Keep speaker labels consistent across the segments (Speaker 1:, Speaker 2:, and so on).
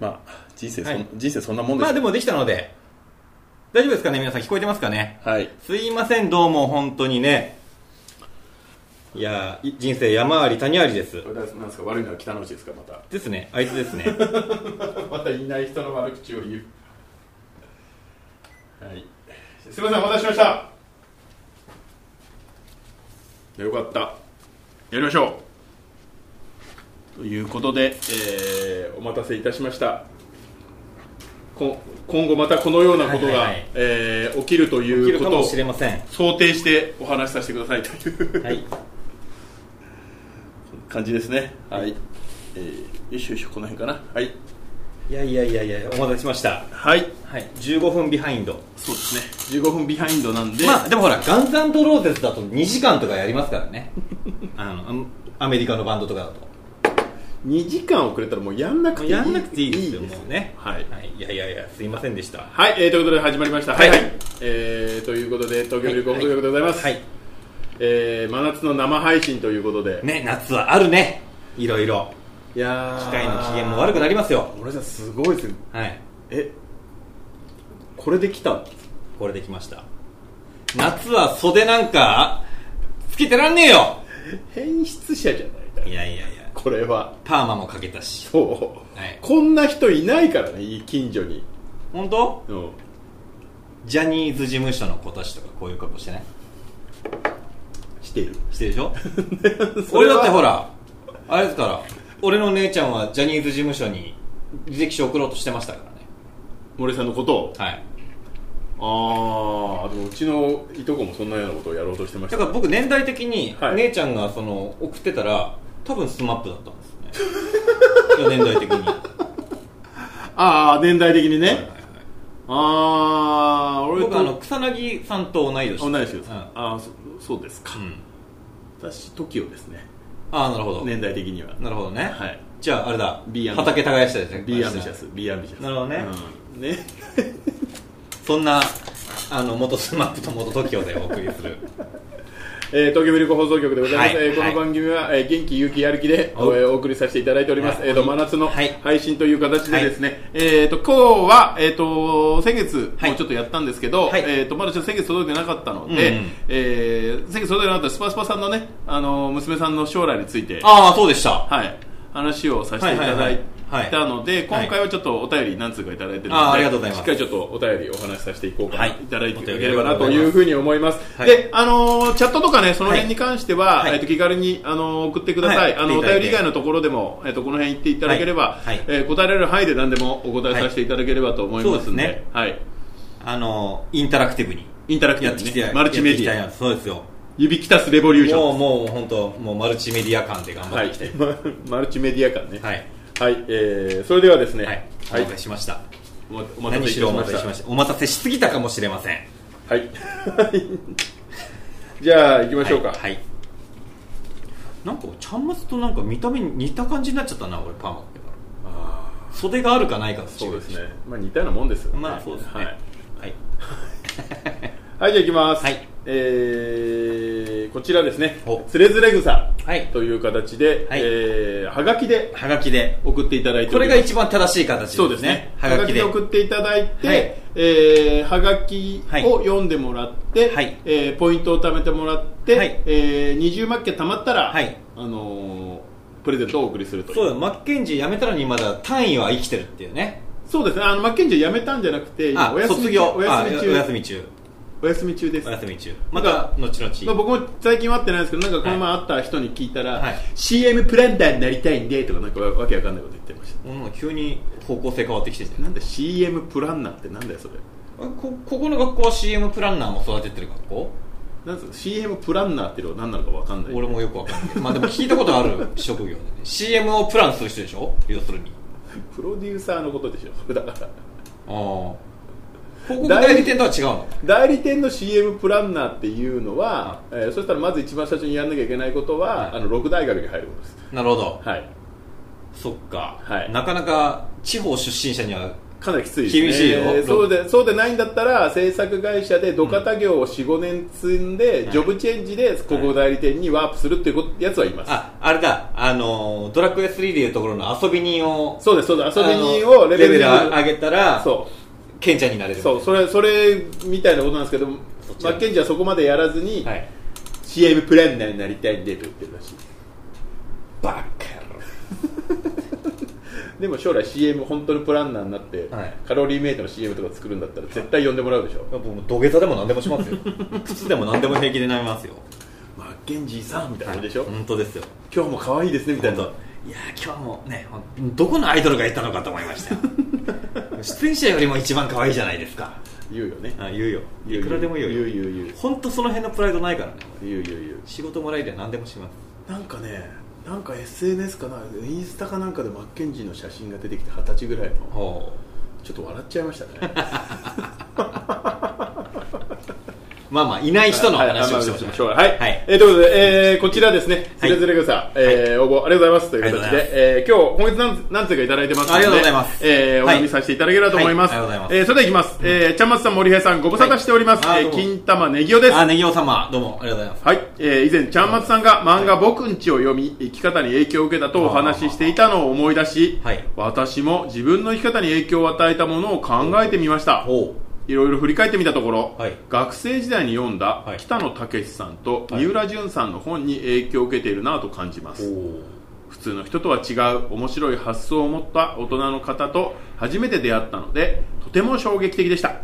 Speaker 1: まあ人生そん、
Speaker 2: はい
Speaker 1: 人生そんなもんで
Speaker 2: ますあでもできたので、大丈夫ですかね皆さん聞こえてますかね
Speaker 1: はい
Speaker 2: すいません、どうも本当にね。いやー、い人生山あり谷ありです。
Speaker 1: これなんですか悪いのは北の内ですかまた
Speaker 2: ですね、あいつですね。
Speaker 1: またいない人の悪口を言うはいすいませんお待たせしましたよかったやりましょうということで、えーお待たせいたしましたこ今後またこのようなことが、
Speaker 2: はいはいはい
Speaker 1: えー起きると
Speaker 2: 切
Speaker 1: いう
Speaker 2: る
Speaker 1: こ
Speaker 2: か
Speaker 1: と
Speaker 2: も
Speaker 1: を
Speaker 2: しれません。
Speaker 1: 想定してお話しさせてくださいという
Speaker 2: はい。
Speaker 1: 感じですねはい、えーよいしょよいしょこの辺かなはい
Speaker 2: いやいやいやいや、お待たせしました。
Speaker 1: はい
Speaker 2: はい、15分ビハインド。
Speaker 1: そうですね15分ビハインドなんで、
Speaker 2: まあでもほら、ガンズンドローゼスだと2時間とかやりますから ね。あの、あのアメリカのバンドとかだと。
Speaker 1: 2時間遅れたらもうやんなくていい
Speaker 2: やんなくていいですよ、もうね。
Speaker 1: はい、
Speaker 2: はい、いやいやいや、すいませんでした。は
Speaker 1: はいえー、ということで始まりました
Speaker 2: はいはい
Speaker 1: えー、ということで東京旅行
Speaker 2: はい
Speaker 1: ということでございます、
Speaker 2: い。
Speaker 1: えー、真夏の生配信ということで、
Speaker 2: ね、夏はあるね。いろいろ。
Speaker 1: いやー
Speaker 2: 機械の機嫌も悪くなりますよ。
Speaker 1: 俺じゃすごいですね
Speaker 2: はい。
Speaker 1: えこれで来た
Speaker 2: これできました。夏は袖なんか、つけてらんねえよ
Speaker 1: 変質者じゃないだろ
Speaker 2: いやいやいや、
Speaker 1: これは
Speaker 2: パーマもかけたし。
Speaker 1: そう、
Speaker 2: はい
Speaker 1: こんな人いないからねいい近所に
Speaker 2: 本当
Speaker 1: うん
Speaker 2: ジャニーズ事務所の子たちとかこういう格好してね。
Speaker 1: して いる
Speaker 2: してるでしょ
Speaker 1: そ
Speaker 2: 俺
Speaker 1: れは
Speaker 2: だってほらあれですから俺の姉ちゃんはジャニーズ事務所に履歴書送ろうとしてましたからね
Speaker 1: 森さんのことを
Speaker 2: はい
Speaker 1: ああでもうちのいとこもそんなようなことをやろうとしてまし
Speaker 2: だ
Speaker 1: た
Speaker 2: から僕年代的に
Speaker 1: はい
Speaker 2: 姉ちゃんがその送ってたら多分スマップだったんです よねいや年代的に
Speaker 1: ああ年代的にね、ああ俺と
Speaker 2: 僕あの草薙さんと同い年
Speaker 1: 同い年です、
Speaker 2: うん
Speaker 1: ああそそうですか、
Speaker 2: うん
Speaker 1: 私 TOKIO ですね
Speaker 2: ああなるほど、
Speaker 1: 年代的には
Speaker 2: なるほどね、
Speaker 1: はい
Speaker 2: じゃああれだ
Speaker 1: Be ambitious
Speaker 2: 畑耕したですね
Speaker 1: B アンビシャス B アンビシャス
Speaker 2: なるほどね、
Speaker 1: うん、ね
Speaker 2: そんなあの元スマップと元 TOKIO でお送りする
Speaker 1: えー、東京ミルク放送局でございます、
Speaker 2: はい
Speaker 1: えーこの番組は、えー元気勇気やる気でお,、えーお送りさせていただいております、
Speaker 2: はい
Speaker 1: えー、と真夏の
Speaker 2: はい
Speaker 1: 配信という形でですね、えっ、と今日は、えー、と先月
Speaker 2: はい
Speaker 1: もうちょっとやったんですけど、
Speaker 2: はい
Speaker 1: えー、とまだちょっと先月届いてなかったので、
Speaker 2: うんうん
Speaker 1: えー先月届いてなかったスパスパさんのねあの娘さんの将来について
Speaker 2: ああそうでした
Speaker 1: はい、話をさせていただい
Speaker 2: はいはいはいはい
Speaker 1: たので、
Speaker 2: はい
Speaker 1: 今回はちょっとお便り何通かいただいてるので、
Speaker 2: あーありがとうございま
Speaker 1: し
Speaker 2: す
Speaker 1: っかりちょっとお便りお話しさせていこうかな、、
Speaker 2: はいい
Speaker 1: ただいていただければなというふうに思います。
Speaker 2: はい
Speaker 1: で、あのーチャットとかね、その辺に関しては、
Speaker 2: はい
Speaker 1: えっと気軽に、あのー送ってください。
Speaker 2: はい
Speaker 1: あのお
Speaker 2: 送っていただ
Speaker 1: 便
Speaker 2: いて
Speaker 1: り以外のところでも、えっとこの辺行っていただければ、
Speaker 2: はいはい
Speaker 1: えー答えられる範囲で何でもお答えさせていただければと思いますんで、
Speaker 2: はいそうですね
Speaker 1: はい、
Speaker 2: あのインタラクティブに
Speaker 1: インタラクテ
Speaker 2: や
Speaker 1: ィ
Speaker 2: って
Speaker 1: ブ
Speaker 2: き
Speaker 1: に
Speaker 2: て、
Speaker 1: ね、マルチメディ
Speaker 2: や
Speaker 1: ア、
Speaker 2: っていきたいなそうですよ
Speaker 1: 指きたすレボリューショ
Speaker 2: も
Speaker 1: ン。
Speaker 2: うもう本当もうマルチメディア感で頑張
Speaker 1: は
Speaker 2: って
Speaker 1: い
Speaker 2: いきたい、、
Speaker 1: マルチメディア感ね。
Speaker 2: はい
Speaker 1: はい、えー、それではですね、
Speaker 2: はいお待たせしました、
Speaker 1: お待お待た
Speaker 2: 何
Speaker 1: せい
Speaker 2: した
Speaker 1: し
Speaker 2: ろお
Speaker 1: ま
Speaker 2: 待
Speaker 1: した
Speaker 2: せしましたお待たせしすぎたかもしれません
Speaker 1: はい。 じゃあ、行きましょうか。
Speaker 2: はい、はいなんかちゃんまつとなんか見た目に似た感じになっちゃったな俺パーマかけたら袖があるかないかの違い
Speaker 1: そうですね。まあ、似たようなもんですよ、ね。
Speaker 2: まあそうですね
Speaker 1: は
Speaker 2: はいい、。はい
Speaker 1: はい、じゃあ行きます。
Speaker 2: はい
Speaker 1: えー、こちらですね
Speaker 2: お。
Speaker 1: つれづれ草
Speaker 2: はい
Speaker 1: という形で、
Speaker 2: はい
Speaker 1: えー、はがきで
Speaker 2: はがきで
Speaker 1: 送っていただいてお
Speaker 2: こ
Speaker 1: り
Speaker 2: れ
Speaker 1: ま
Speaker 2: が
Speaker 1: す。
Speaker 2: 一番正しい形ですね
Speaker 1: そうですね。
Speaker 2: はがきで
Speaker 1: 送っていただいて、
Speaker 2: はい
Speaker 1: えーはがき
Speaker 2: はい
Speaker 1: を読んでもらって、
Speaker 2: はい
Speaker 1: えーポイントを貯めてもらって、
Speaker 2: はい
Speaker 1: えー、20マッケ貯まったら、
Speaker 2: はい
Speaker 1: あのープレゼントをお送りするという
Speaker 2: そうだマッケンジー辞めたのにまだ単位は生きてるっていうね
Speaker 1: そうですね、あのマッケンジー辞めたんじゃなくて、今
Speaker 2: あ
Speaker 1: お休み
Speaker 2: 卒業
Speaker 1: お休み中
Speaker 2: あお休み中
Speaker 1: お休み中です
Speaker 2: お。休み中また後
Speaker 1: まあ、
Speaker 2: 々
Speaker 1: 僕も最近は会ってないですけど、なんかこの前会った人に聞いたら、CM プランナーになりたいんでとか、なんかわわけわかんないこと言ってました。
Speaker 2: うん急に方向性変わってきてる
Speaker 1: なんだ CM プランナーってなんだよ、それ。
Speaker 2: こここの学校は CM プランナーも育ててる学校
Speaker 1: なんすか CM プランナーっていうのは何なのかわかんない。
Speaker 2: 俺もよくわかんないけどまあでも聞いたことある 職業でね CM をプランする人でしょ要するに
Speaker 1: プロデューサーのことでしょ、それだから。
Speaker 2: ああ広告代理店とは違うの
Speaker 1: 代理店の CM プランナーっていうのは、えーそしたらまず一番最初にやんなきゃいけないことは、
Speaker 2: はい
Speaker 1: あの六大学に入ることです。
Speaker 2: なるほど
Speaker 1: はい。
Speaker 2: そっか、
Speaker 1: はい
Speaker 2: なかなか地方出身者には
Speaker 1: かなりきついですね
Speaker 2: 厳しいよ
Speaker 1: えーそうでそうでないんだったら制作会社で土方業を45年積んで、
Speaker 2: はい
Speaker 1: ジョブチェンジで広告代理店にワープするっていうことやつはいます
Speaker 2: ああれだあのドラクエ3でいうところの遊び人を
Speaker 1: そうですそうです遊び人
Speaker 2: あ
Speaker 1: を
Speaker 2: の
Speaker 1: レベル
Speaker 2: 上
Speaker 1: 上げ
Speaker 2: げたら
Speaker 1: そ
Speaker 2: 賢者になれ
Speaker 1: う
Speaker 2: る
Speaker 1: そうそれそれみたいなことなんですけど
Speaker 2: そっち
Speaker 1: マ
Speaker 2: だ
Speaker 1: ッケンジーはそこまでやらずに、
Speaker 2: はい
Speaker 1: CM プランナーになりたいんでと言ってるらしい
Speaker 2: バカ
Speaker 1: でも将来 CM 本当にプランナーになって、
Speaker 2: はい
Speaker 1: カロリーメイトの CM とか作るんだったら絶対呼んでもらうでしょ
Speaker 2: 野郎もう土下座でも何でもしますよ 靴でも何でも平気で舐めますよ
Speaker 1: マッケンジーさんみたいなのでしょ、
Speaker 2: 本当ですよ
Speaker 1: 今日も可愛いですねみたい
Speaker 2: い
Speaker 1: な
Speaker 2: や今日もねほんどこのアイドルがいたのかと思いまし たよ出演者よりも一番可愛いじゃないですか
Speaker 1: 言うよね
Speaker 2: あ言うよ
Speaker 1: 言う
Speaker 2: いくらでも言うよ
Speaker 1: 言う言う言う
Speaker 2: 本当その辺のプライドないからね
Speaker 1: 言う言う言う
Speaker 2: 仕事もらえりゃ何でもします
Speaker 1: なんかねなんか SNS かなインスタかなんかでマッケンジーの写真が出てきて二十歳ぐらいの
Speaker 2: ほ
Speaker 1: ちょっと笑っちゃいましたね
Speaker 2: うまあまあいない 人の話をし
Speaker 1: はい
Speaker 2: て
Speaker 1: ま
Speaker 2: ま
Speaker 1: し
Speaker 2: しょ
Speaker 1: ょう
Speaker 2: う
Speaker 1: はい、
Speaker 2: はい
Speaker 1: えーということで、えーこちらですね「す
Speaker 2: はい
Speaker 1: れずれ草、えー応募ありがとうございますという
Speaker 2: あ
Speaker 1: 形
Speaker 2: りがとうございま
Speaker 1: で、えー今日本日なん何通かいただいてますので
Speaker 2: ありがとうございます
Speaker 1: えーお
Speaker 2: はい
Speaker 1: 読みさせていただければと思います、
Speaker 2: はいありがとうござ
Speaker 1: え
Speaker 2: います
Speaker 1: ーそれではいきます、えーちゃんまつさん森平さんご無沙汰しております、
Speaker 2: はい
Speaker 1: え
Speaker 2: あー
Speaker 1: ー
Speaker 2: どうも
Speaker 1: 金玉ねぎおです
Speaker 2: あネギオ様どうもありがとうございます
Speaker 1: はい、えー以前ちゃんまつさんが漫画「僕んち」を読み生き方に影響を受けたとお話ししていたのを思い出し、
Speaker 2: はい
Speaker 1: 私も自分の生き方に影響を与えたものを考えてみました
Speaker 2: おう
Speaker 1: いろいろ振り返ってみたところ、
Speaker 2: はい
Speaker 1: 学生時代に読んだ
Speaker 2: はい
Speaker 1: 北野武さんと
Speaker 2: はい
Speaker 1: 三浦淳さんの本に影響を受けているなぁと感じます、
Speaker 2: お
Speaker 1: 普通の人とは違う面白い発想を持った大人の方と初めて出会ったのでとても衝撃的でした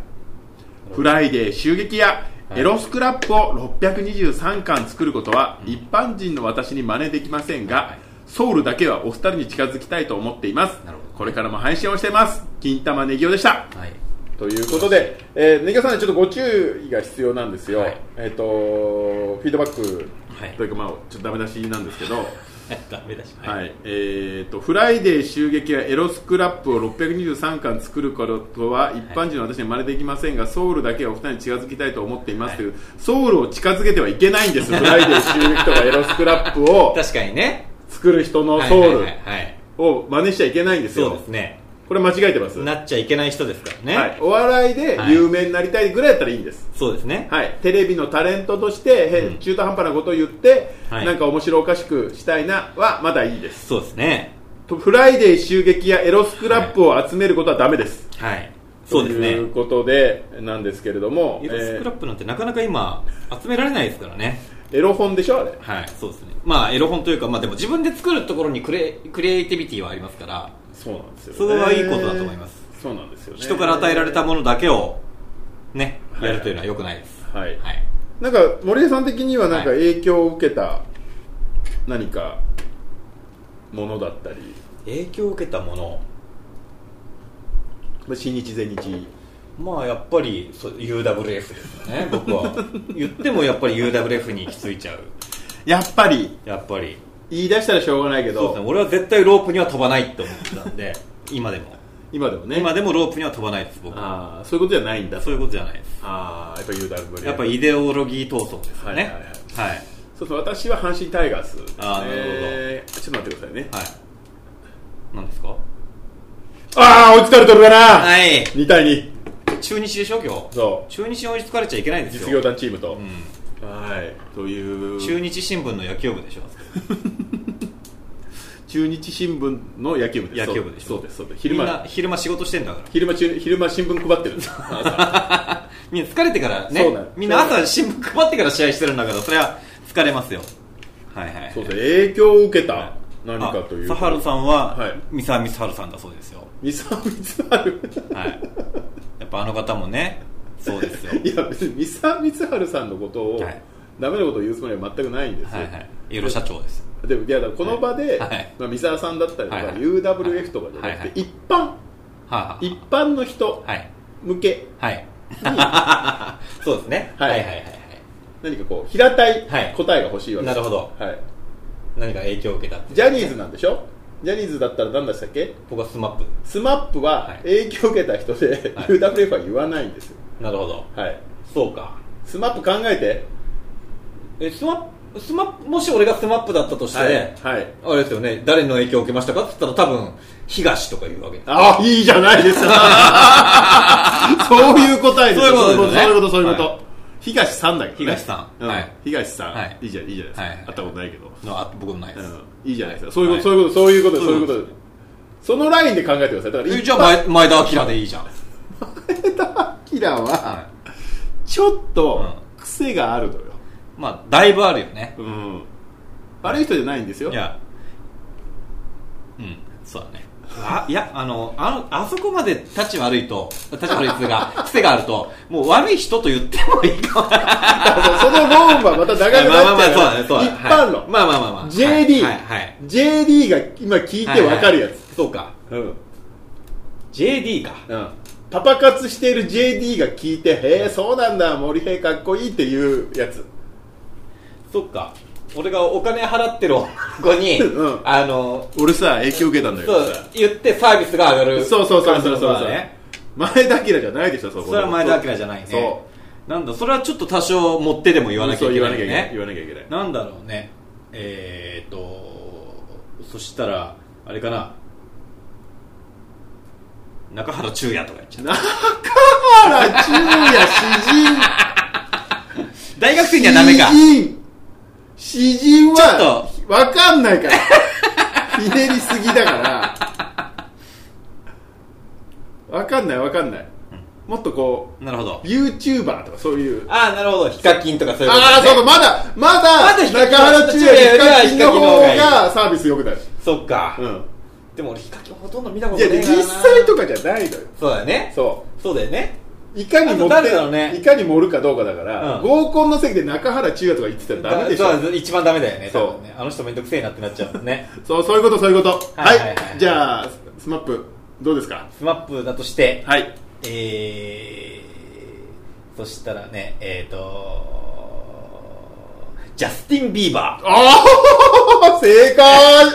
Speaker 1: フライデー襲撃や
Speaker 2: はい
Speaker 1: エロスクラップを623巻作ることは一般人の私に真似できません
Speaker 2: は
Speaker 1: が
Speaker 2: い
Speaker 1: ソウルだけはお二人に近づきたいと思っています
Speaker 2: なるほど
Speaker 1: これからも配信をしています金玉ねぎおでした
Speaker 2: はい
Speaker 1: ということで、えー、ネギさんねちょっとご注意が必要なんですよ、
Speaker 2: はい
Speaker 1: えっ、とフィードバック
Speaker 2: はい
Speaker 1: というか、まあ、ちょっとダメ出しなんですけど、は
Speaker 2: ダメだし
Speaker 1: いえー、とフライデー襲撃やエロスクラップを623巻作ることは一般人の私に真似できませんが、ソウルだけはお二人に近づきたいと思っていますという、ソウルを近づけてはいけないんです、フライデー襲撃とかエロスクラップを
Speaker 2: 確かにね
Speaker 1: 作る人のソウ
Speaker 2: はいは
Speaker 1: ル
Speaker 2: いはいはい
Speaker 1: を真似しちゃいけないんですよ、
Speaker 2: そうですね
Speaker 1: これ間違えてます、
Speaker 2: なっちゃいけない人ですからね、
Speaker 1: はい、お笑いで有名になりたいぐらいだったらいいんです。
Speaker 2: そうですね
Speaker 1: はい、テレビのタレントとして、へ
Speaker 2: うん
Speaker 1: 中途半端なことを言って、
Speaker 2: はい
Speaker 1: なんか面白おかしくしたいなはまだいいです
Speaker 2: そうですね
Speaker 1: とフライデー襲撃やエロスクラップを集めることはダメです、
Speaker 2: はいそうです
Speaker 1: とい
Speaker 2: ね
Speaker 1: うことでなんですけれども
Speaker 2: エロスクラ
Speaker 1: え
Speaker 2: ップなんてなかなか今集められないですからね
Speaker 1: ーエロ本でしょあれ
Speaker 2: はいそうですねまあエロ本というかまあでも自分で作るところにクレクリエイティビティはありますから
Speaker 1: そうなんですよ、ね、
Speaker 2: それはいいことだと思います
Speaker 1: そうなんですよね
Speaker 2: 人から与えられたものだけをね
Speaker 1: はい
Speaker 2: やるというのは良くないです
Speaker 1: はい
Speaker 2: はい
Speaker 1: なんか森江さん的にはなんか
Speaker 2: はい
Speaker 1: 影響を受けた何かものだったり
Speaker 2: 影響を受けたもの
Speaker 1: まあ新日全日
Speaker 2: まあやっぱりそう UWF ですよね僕は言ってもやっぱり UWF に行き着いちゃう
Speaker 1: やっぱり
Speaker 2: やっぱり
Speaker 1: 言い出したらしょうがないけ
Speaker 2: そうで
Speaker 1: ど、
Speaker 2: すね俺は絶対ロープには飛ばないって思ってたんで今でも
Speaker 1: 今でもね
Speaker 2: 今でもロープには飛ばないです僕
Speaker 1: ああそういうことじゃないんだ
Speaker 2: そういうことじゃないです
Speaker 1: ああやっぱ UW
Speaker 2: やっぱイデオロギー闘争です
Speaker 1: は
Speaker 2: よね
Speaker 1: いはい
Speaker 2: はい、はい
Speaker 1: そうそう私は阪神タイガースですね
Speaker 2: あーなる
Speaker 1: ちょっと待ってくださいね
Speaker 2: なんですか
Speaker 1: ああ落ちたるとるかな、
Speaker 2: はい
Speaker 1: 2対2
Speaker 2: 中日でしょ今日
Speaker 1: そう
Speaker 2: 中日に追いつかれちゃいけないですよ
Speaker 1: 実業団チームと
Speaker 2: う、ん
Speaker 1: はいという
Speaker 2: 中
Speaker 1: 中
Speaker 2: 日新聞の野球部でしょ
Speaker 1: 日新聞の野球部です
Speaker 2: 野球部でしょ
Speaker 1: そうですそうです
Speaker 2: み
Speaker 1: 昼
Speaker 2: ん
Speaker 1: 間
Speaker 2: な昼間仕事してんだから
Speaker 1: 昼間中昼間新聞配ってるんです朝
Speaker 2: みんな疲れてからね
Speaker 1: そうなの
Speaker 2: みんな朝新聞配ってから試合してるんだからそれは疲れますよはいはい
Speaker 1: そうですね影響を受けた
Speaker 2: あ
Speaker 1: 何かという
Speaker 2: サハルさんは、
Speaker 1: はい
Speaker 2: 三沢光晴さんだそうですよ
Speaker 1: 三沢光晴
Speaker 2: はい やっぱあの方もねそうですよ
Speaker 1: いや別に三沢光晴さんのことを、
Speaker 2: はい
Speaker 1: ダメなことを言うつもりは全くないんですよ、
Speaker 2: はいはいエロ社長です
Speaker 1: でもいやだからこの場で、
Speaker 2: はい
Speaker 1: まあ、三沢さんだったりとか、
Speaker 2: はいはい
Speaker 1: UWF とかじゃなくて、
Speaker 2: はいはい
Speaker 1: 一般
Speaker 2: は
Speaker 1: 一般の人
Speaker 2: あはい
Speaker 1: 向け
Speaker 2: はい
Speaker 1: に
Speaker 2: そうですね
Speaker 1: はい
Speaker 2: はいはいはい
Speaker 1: 何かこう平たい
Speaker 2: はい
Speaker 1: 答えが欲しいわけです、
Speaker 2: なるほど
Speaker 1: はい、
Speaker 2: 何か影響を受けたって
Speaker 1: ジャニーズなんでしょジャニーズだったら何でしたっけ
Speaker 2: 僕はスマップ
Speaker 1: スマップは
Speaker 2: は
Speaker 1: 影
Speaker 2: い
Speaker 1: 響を受けた人で、
Speaker 2: はい
Speaker 1: UWF は言わないんですよ、
Speaker 2: なるほど
Speaker 1: はい、
Speaker 2: そうか
Speaker 1: スマップ考えて
Speaker 2: えスマッスマもし俺がスマップだったとして、
Speaker 1: はい、はい、
Speaker 2: あれですよね誰の影響を受けましたかって言ったら多分東とか言うわけ
Speaker 1: あいいじゃない ですかそういう答えです
Speaker 2: そういうことですね
Speaker 1: そういうことそういうこと、
Speaker 2: は
Speaker 1: 東さんだけど、ね、
Speaker 2: 東さん
Speaker 1: うん
Speaker 2: はい
Speaker 1: 東さん、
Speaker 2: はい
Speaker 1: い、いじゃいいじゃないですか、
Speaker 2: はい
Speaker 1: 会ったことないけど、
Speaker 2: のあ僕もないです、
Speaker 1: うん、いいじゃないですか、
Speaker 2: は
Speaker 1: そういうことそういうこと
Speaker 2: は
Speaker 1: そ
Speaker 2: い
Speaker 1: い
Speaker 2: う
Speaker 1: うことそういうことですそのラインで考えてくださいだから
Speaker 2: えじゃあ前前田明でいいじゃん、
Speaker 1: キラは
Speaker 2: は
Speaker 1: ちょっと癖があるのよ、
Speaker 2: い、まあだいぶあるよね
Speaker 1: うん、悪い人じゃないんですよ
Speaker 2: いやうんそうだねあいやあのあのあそこまで立ち悪いと立ち悪いっつう か癖があるともう悪い人と言ってもいいかも
Speaker 1: そのローンはまた長くなっちゃう
Speaker 2: まあまあまあそうだねそうだね
Speaker 1: 一般論、
Speaker 2: はいまあまあまあまあ
Speaker 1: JD、
Speaker 2: はいはいはい
Speaker 1: JD が今聞いて分かるやつ、
Speaker 2: そうか
Speaker 1: うん
Speaker 2: JD か
Speaker 1: うんパパ活している JD が聞いて「へえそうなんだ森平かっこいい」っていうやつ
Speaker 2: そっか俺がお金払ってる女の子 に、
Speaker 1: うん
Speaker 2: あの
Speaker 1: 俺さ影響受けたんだ
Speaker 2: そう言ってサービスが上がる
Speaker 1: そうそうそうそうそう
Speaker 2: 感じの子だね
Speaker 1: 前田明じゃないでしょそこ
Speaker 2: それは前田明じゃないね
Speaker 1: そ
Speaker 2: なんだそれはちょっと多少持ってでも言わなきゃいけないよね
Speaker 1: 言わなきゃいけない
Speaker 2: なんだろうねえー、っとそしたらあれかな中原中也とか言っちゃう
Speaker 1: あら中也詩人
Speaker 2: 大学生にはダメか
Speaker 1: 詩人詩人
Speaker 2: ち
Speaker 1: は分かんないからひねりすぎだから分かんない分かんない、もっとこ
Speaker 2: なるほど
Speaker 1: う YouTuber とかそういう
Speaker 2: ああなるほどヒカキンとかそういうこと
Speaker 1: ああ、そう
Speaker 2: ね
Speaker 1: そう、まだ、ま
Speaker 2: ま
Speaker 1: だ、
Speaker 2: だヒカキン
Speaker 1: 中原中也、ヒカキンの方
Speaker 2: ヒカキンの方が
Speaker 1: がサービス良くなる。
Speaker 2: そっか、
Speaker 1: うん。
Speaker 2: でも俺ヒカキンほとんど見たこ
Speaker 1: い
Speaker 2: と
Speaker 1: や、
Speaker 2: ない
Speaker 1: で
Speaker 2: からな
Speaker 1: 実際とかじゃないのよ。
Speaker 2: そうだよね
Speaker 1: そ
Speaker 2: そうだよね
Speaker 1: う。いかに
Speaker 2: あと
Speaker 1: 盛っ
Speaker 2: 誰だろうね
Speaker 1: て、いかに盛るかどうかだから、
Speaker 2: うん
Speaker 1: 合コンの席で中原中也とか言ってたらダメでしょ
Speaker 2: だ。そう一番ダメだよね
Speaker 1: そう
Speaker 2: 多分ねあの人めんどくせえなってなっちゃうもんね
Speaker 1: そう、そういうこと、そういうこと。
Speaker 2: は
Speaker 1: はいい
Speaker 2: はいはい。
Speaker 1: じゃあ、スマップ、どうですか
Speaker 2: スマップだとして、
Speaker 1: はい。
Speaker 2: えー、そしたらねえっ、ー、とジャスティン・ビーバ
Speaker 1: ああ正 解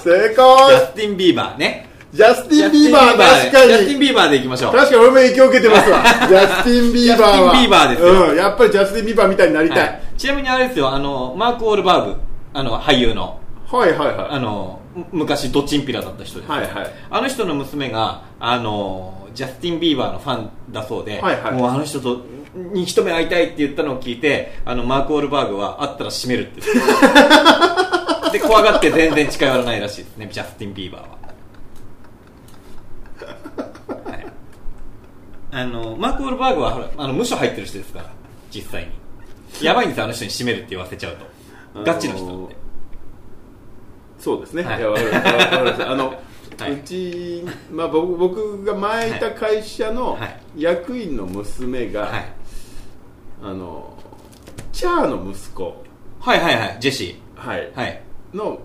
Speaker 1: 正
Speaker 2: ージャ
Speaker 1: 解
Speaker 2: スティン・ビーバーね
Speaker 1: ジャスティン・ビーバー、確か
Speaker 2: ジャスティン・
Speaker 1: に。
Speaker 2: ビーバーでいきましょう
Speaker 1: 確かに俺も影響受けてます わ。ジャスティン・ビーバーは。
Speaker 2: ジャスティンビーバーですよ
Speaker 1: うん、やっぱりジャスティン・ビーバーみたいになりたい。
Speaker 2: はいちなみにあれですよあのマーク・オールバーグあの俳優の
Speaker 1: はいはいはい。
Speaker 2: あのむ昔ドチンピラだった人です、
Speaker 1: はいはい
Speaker 2: あの人の娘があのジャスティン・ビーバーのファンだそうで、
Speaker 1: はいはい
Speaker 2: もうあの人とに一目会いたいって言ったのを聞いてあのマーク・オールバーグは会ったら閉めるって言って で怖がって全然近寄らないらしいですねジャスティン・ビーバーは。はいあのマーク・オールバーグはほらあの無所入ってる人ですから実際にやばいんですよあの人に閉めるって言わせちゃうとガチの人なんで
Speaker 1: そうですね。
Speaker 2: はい
Speaker 1: い、や、わかりましたわかりました。あの、
Speaker 2: はいう
Speaker 1: ち、まあ僕僕が前いた会社の
Speaker 2: はい
Speaker 1: 役員の娘が、
Speaker 2: はい
Speaker 1: あの、チャーの息子、
Speaker 2: はいはいはい、ジェシ
Speaker 1: はい
Speaker 2: ー。、はい。
Speaker 1: の、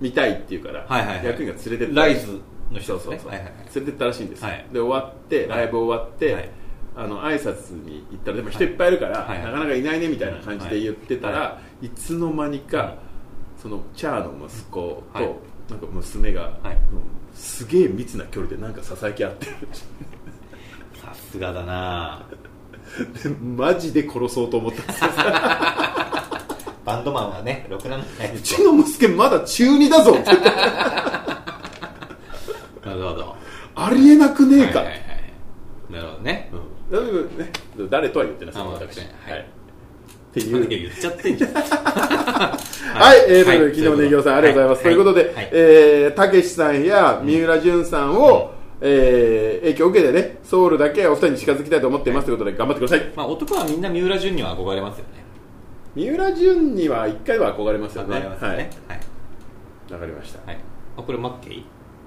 Speaker 1: 見たいっていうから、
Speaker 2: はいはいはい
Speaker 1: 役員が連れてった
Speaker 2: ライズの人
Speaker 1: そう
Speaker 2: です
Speaker 1: そうそう、
Speaker 2: ね。はいはいはい
Speaker 1: 連れてったらしいんですよ、
Speaker 2: はい
Speaker 1: で終わってライブ終わって、
Speaker 2: はい
Speaker 1: あの挨拶に行ったらでも人いっぱいいるから、
Speaker 2: はいはい
Speaker 1: なかなかいないねみたいな感じで言ってたら、、
Speaker 2: はい
Speaker 1: つの間にかそのチャーの息子と、
Speaker 2: はい
Speaker 1: なんか娘が、
Speaker 2: はい
Speaker 1: うんすげえ密な距離でなんかささやき合って
Speaker 2: さすがだなぁ
Speaker 1: るマジ で殺そうと思ったん ですよ
Speaker 2: バンドマンはね、ろくなもんないで
Speaker 1: う
Speaker 2: す
Speaker 1: ちの息子まだ中二だぞって言って
Speaker 2: なるほど。
Speaker 1: ありえなくねえか、
Speaker 2: はいはいはいなるほどね。
Speaker 1: うんだけどね誰とは言ってない
Speaker 2: あまあ
Speaker 1: 私
Speaker 2: 確かに
Speaker 1: は、
Speaker 2: はいい
Speaker 1: って
Speaker 2: いや
Speaker 1: いう
Speaker 2: 言っちゃってんじゃん。
Speaker 1: はい、えー、と
Speaker 2: はい
Speaker 1: いうことで、昨日の営業さん、ありがとうございます。
Speaker 2: はい
Speaker 1: ということ
Speaker 2: は
Speaker 1: で、
Speaker 2: い
Speaker 1: えーたけしさんや三浦淳さんを、えー影響を受けてね、ソウルだけお二人に近づきたいと思っています、ということで、頑張ってください。
Speaker 2: まあ男はみんな三浦淳には憧れますよね。
Speaker 1: 三浦淳には一回は憧れますよね。
Speaker 2: 憧れますよね。はい。
Speaker 1: はい。わかりました。
Speaker 2: はい。あ、これマッケイ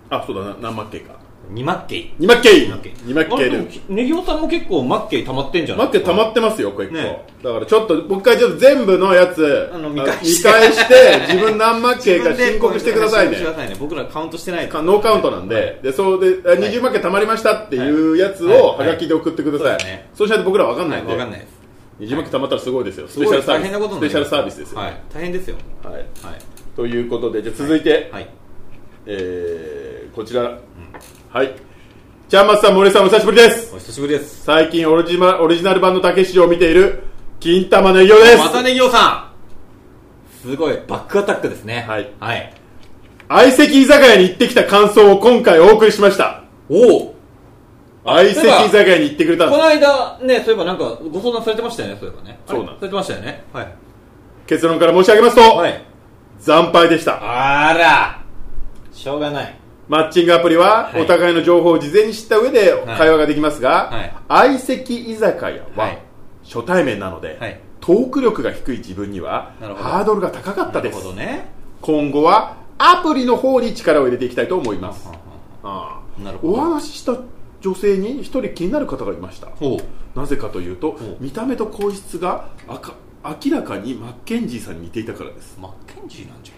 Speaker 1: あ、そうだな、何マッケイか。
Speaker 2: 二マッケイ。
Speaker 1: 二マッケイ
Speaker 2: 二マッケイ。
Speaker 1: 二マッケイ
Speaker 2: あで
Speaker 1: で
Speaker 2: も。ネギオさんも結構マッケイ溜まってんじゃな
Speaker 1: マ
Speaker 2: い
Speaker 1: ッケイ溜まってますよ、これ一個。
Speaker 2: ね
Speaker 1: だからちょっと、もう一回ちょっと全部のやつ、
Speaker 2: あの見返して
Speaker 1: 見返して自分何マッケイか申告してくださいね
Speaker 2: 申告して。くださいね。僕らカウントしてない
Speaker 1: かノーカウントなんで、
Speaker 2: はい
Speaker 1: でそうであ20負けたまりましたっていうやつを
Speaker 2: は
Speaker 1: はいがきで送ってください、
Speaker 2: はいそうだね
Speaker 1: そうしないと僕らわかんないんで、
Speaker 2: わかんないです。
Speaker 1: 20負けたまったらすごいですよ
Speaker 2: す
Speaker 1: スペシ
Speaker 2: ご
Speaker 1: ャ
Speaker 2: い
Speaker 1: ルサー
Speaker 2: 大
Speaker 1: ビス
Speaker 2: 変なことにな
Speaker 1: スペ
Speaker 2: り
Speaker 1: シャルサ
Speaker 2: ま
Speaker 1: ービスですよ、
Speaker 2: は
Speaker 1: はい
Speaker 2: い、大変ですよ。はい。
Speaker 1: ということでじゃあ続いて、
Speaker 2: はい。
Speaker 1: えーこちら、はいちゃんまつさん、森さん、お久しぶりです。
Speaker 2: お久しぶりです
Speaker 1: 最近オリジマオリジナル版のたけしを見ている、金玉の偉業です。
Speaker 2: またねぎょうさんすごいバックアタックですね
Speaker 1: はい
Speaker 2: はい
Speaker 1: 相席居酒屋に行ってきた感想を今回お送りしました。
Speaker 2: おお
Speaker 1: 相席居酒屋に行ってくれたん
Speaker 2: こ
Speaker 1: です
Speaker 2: の間ねそういえばなんかご相談されてましたよねそういえばね
Speaker 1: そうなん
Speaker 2: されてましたよねはい
Speaker 1: 結論から申し上げますと、
Speaker 2: はい
Speaker 1: 惨敗でした。
Speaker 2: あらしょうがない
Speaker 1: マッチングアプリは
Speaker 2: はい
Speaker 1: お互いの情報を事前に知った上で
Speaker 2: い
Speaker 1: 会話ができますが、
Speaker 2: はい
Speaker 1: 相席居酒屋
Speaker 2: は
Speaker 1: はい初対面なので、
Speaker 2: はい
Speaker 1: トーク力が低い自分には
Speaker 2: なるほど
Speaker 1: ハードルが高かった
Speaker 2: な
Speaker 1: で
Speaker 2: る
Speaker 1: す
Speaker 2: ほどね
Speaker 1: 今後はアプリの方に力を入れていきたいと思いますああ
Speaker 2: なるほど
Speaker 1: お話しした女性に一人気になる方がいました
Speaker 2: ほう
Speaker 1: なぜかというと
Speaker 2: ほう
Speaker 1: 見た目と皇室があか明らかにマッケンジーさんに似ていたからです
Speaker 2: マッケンジーなんじ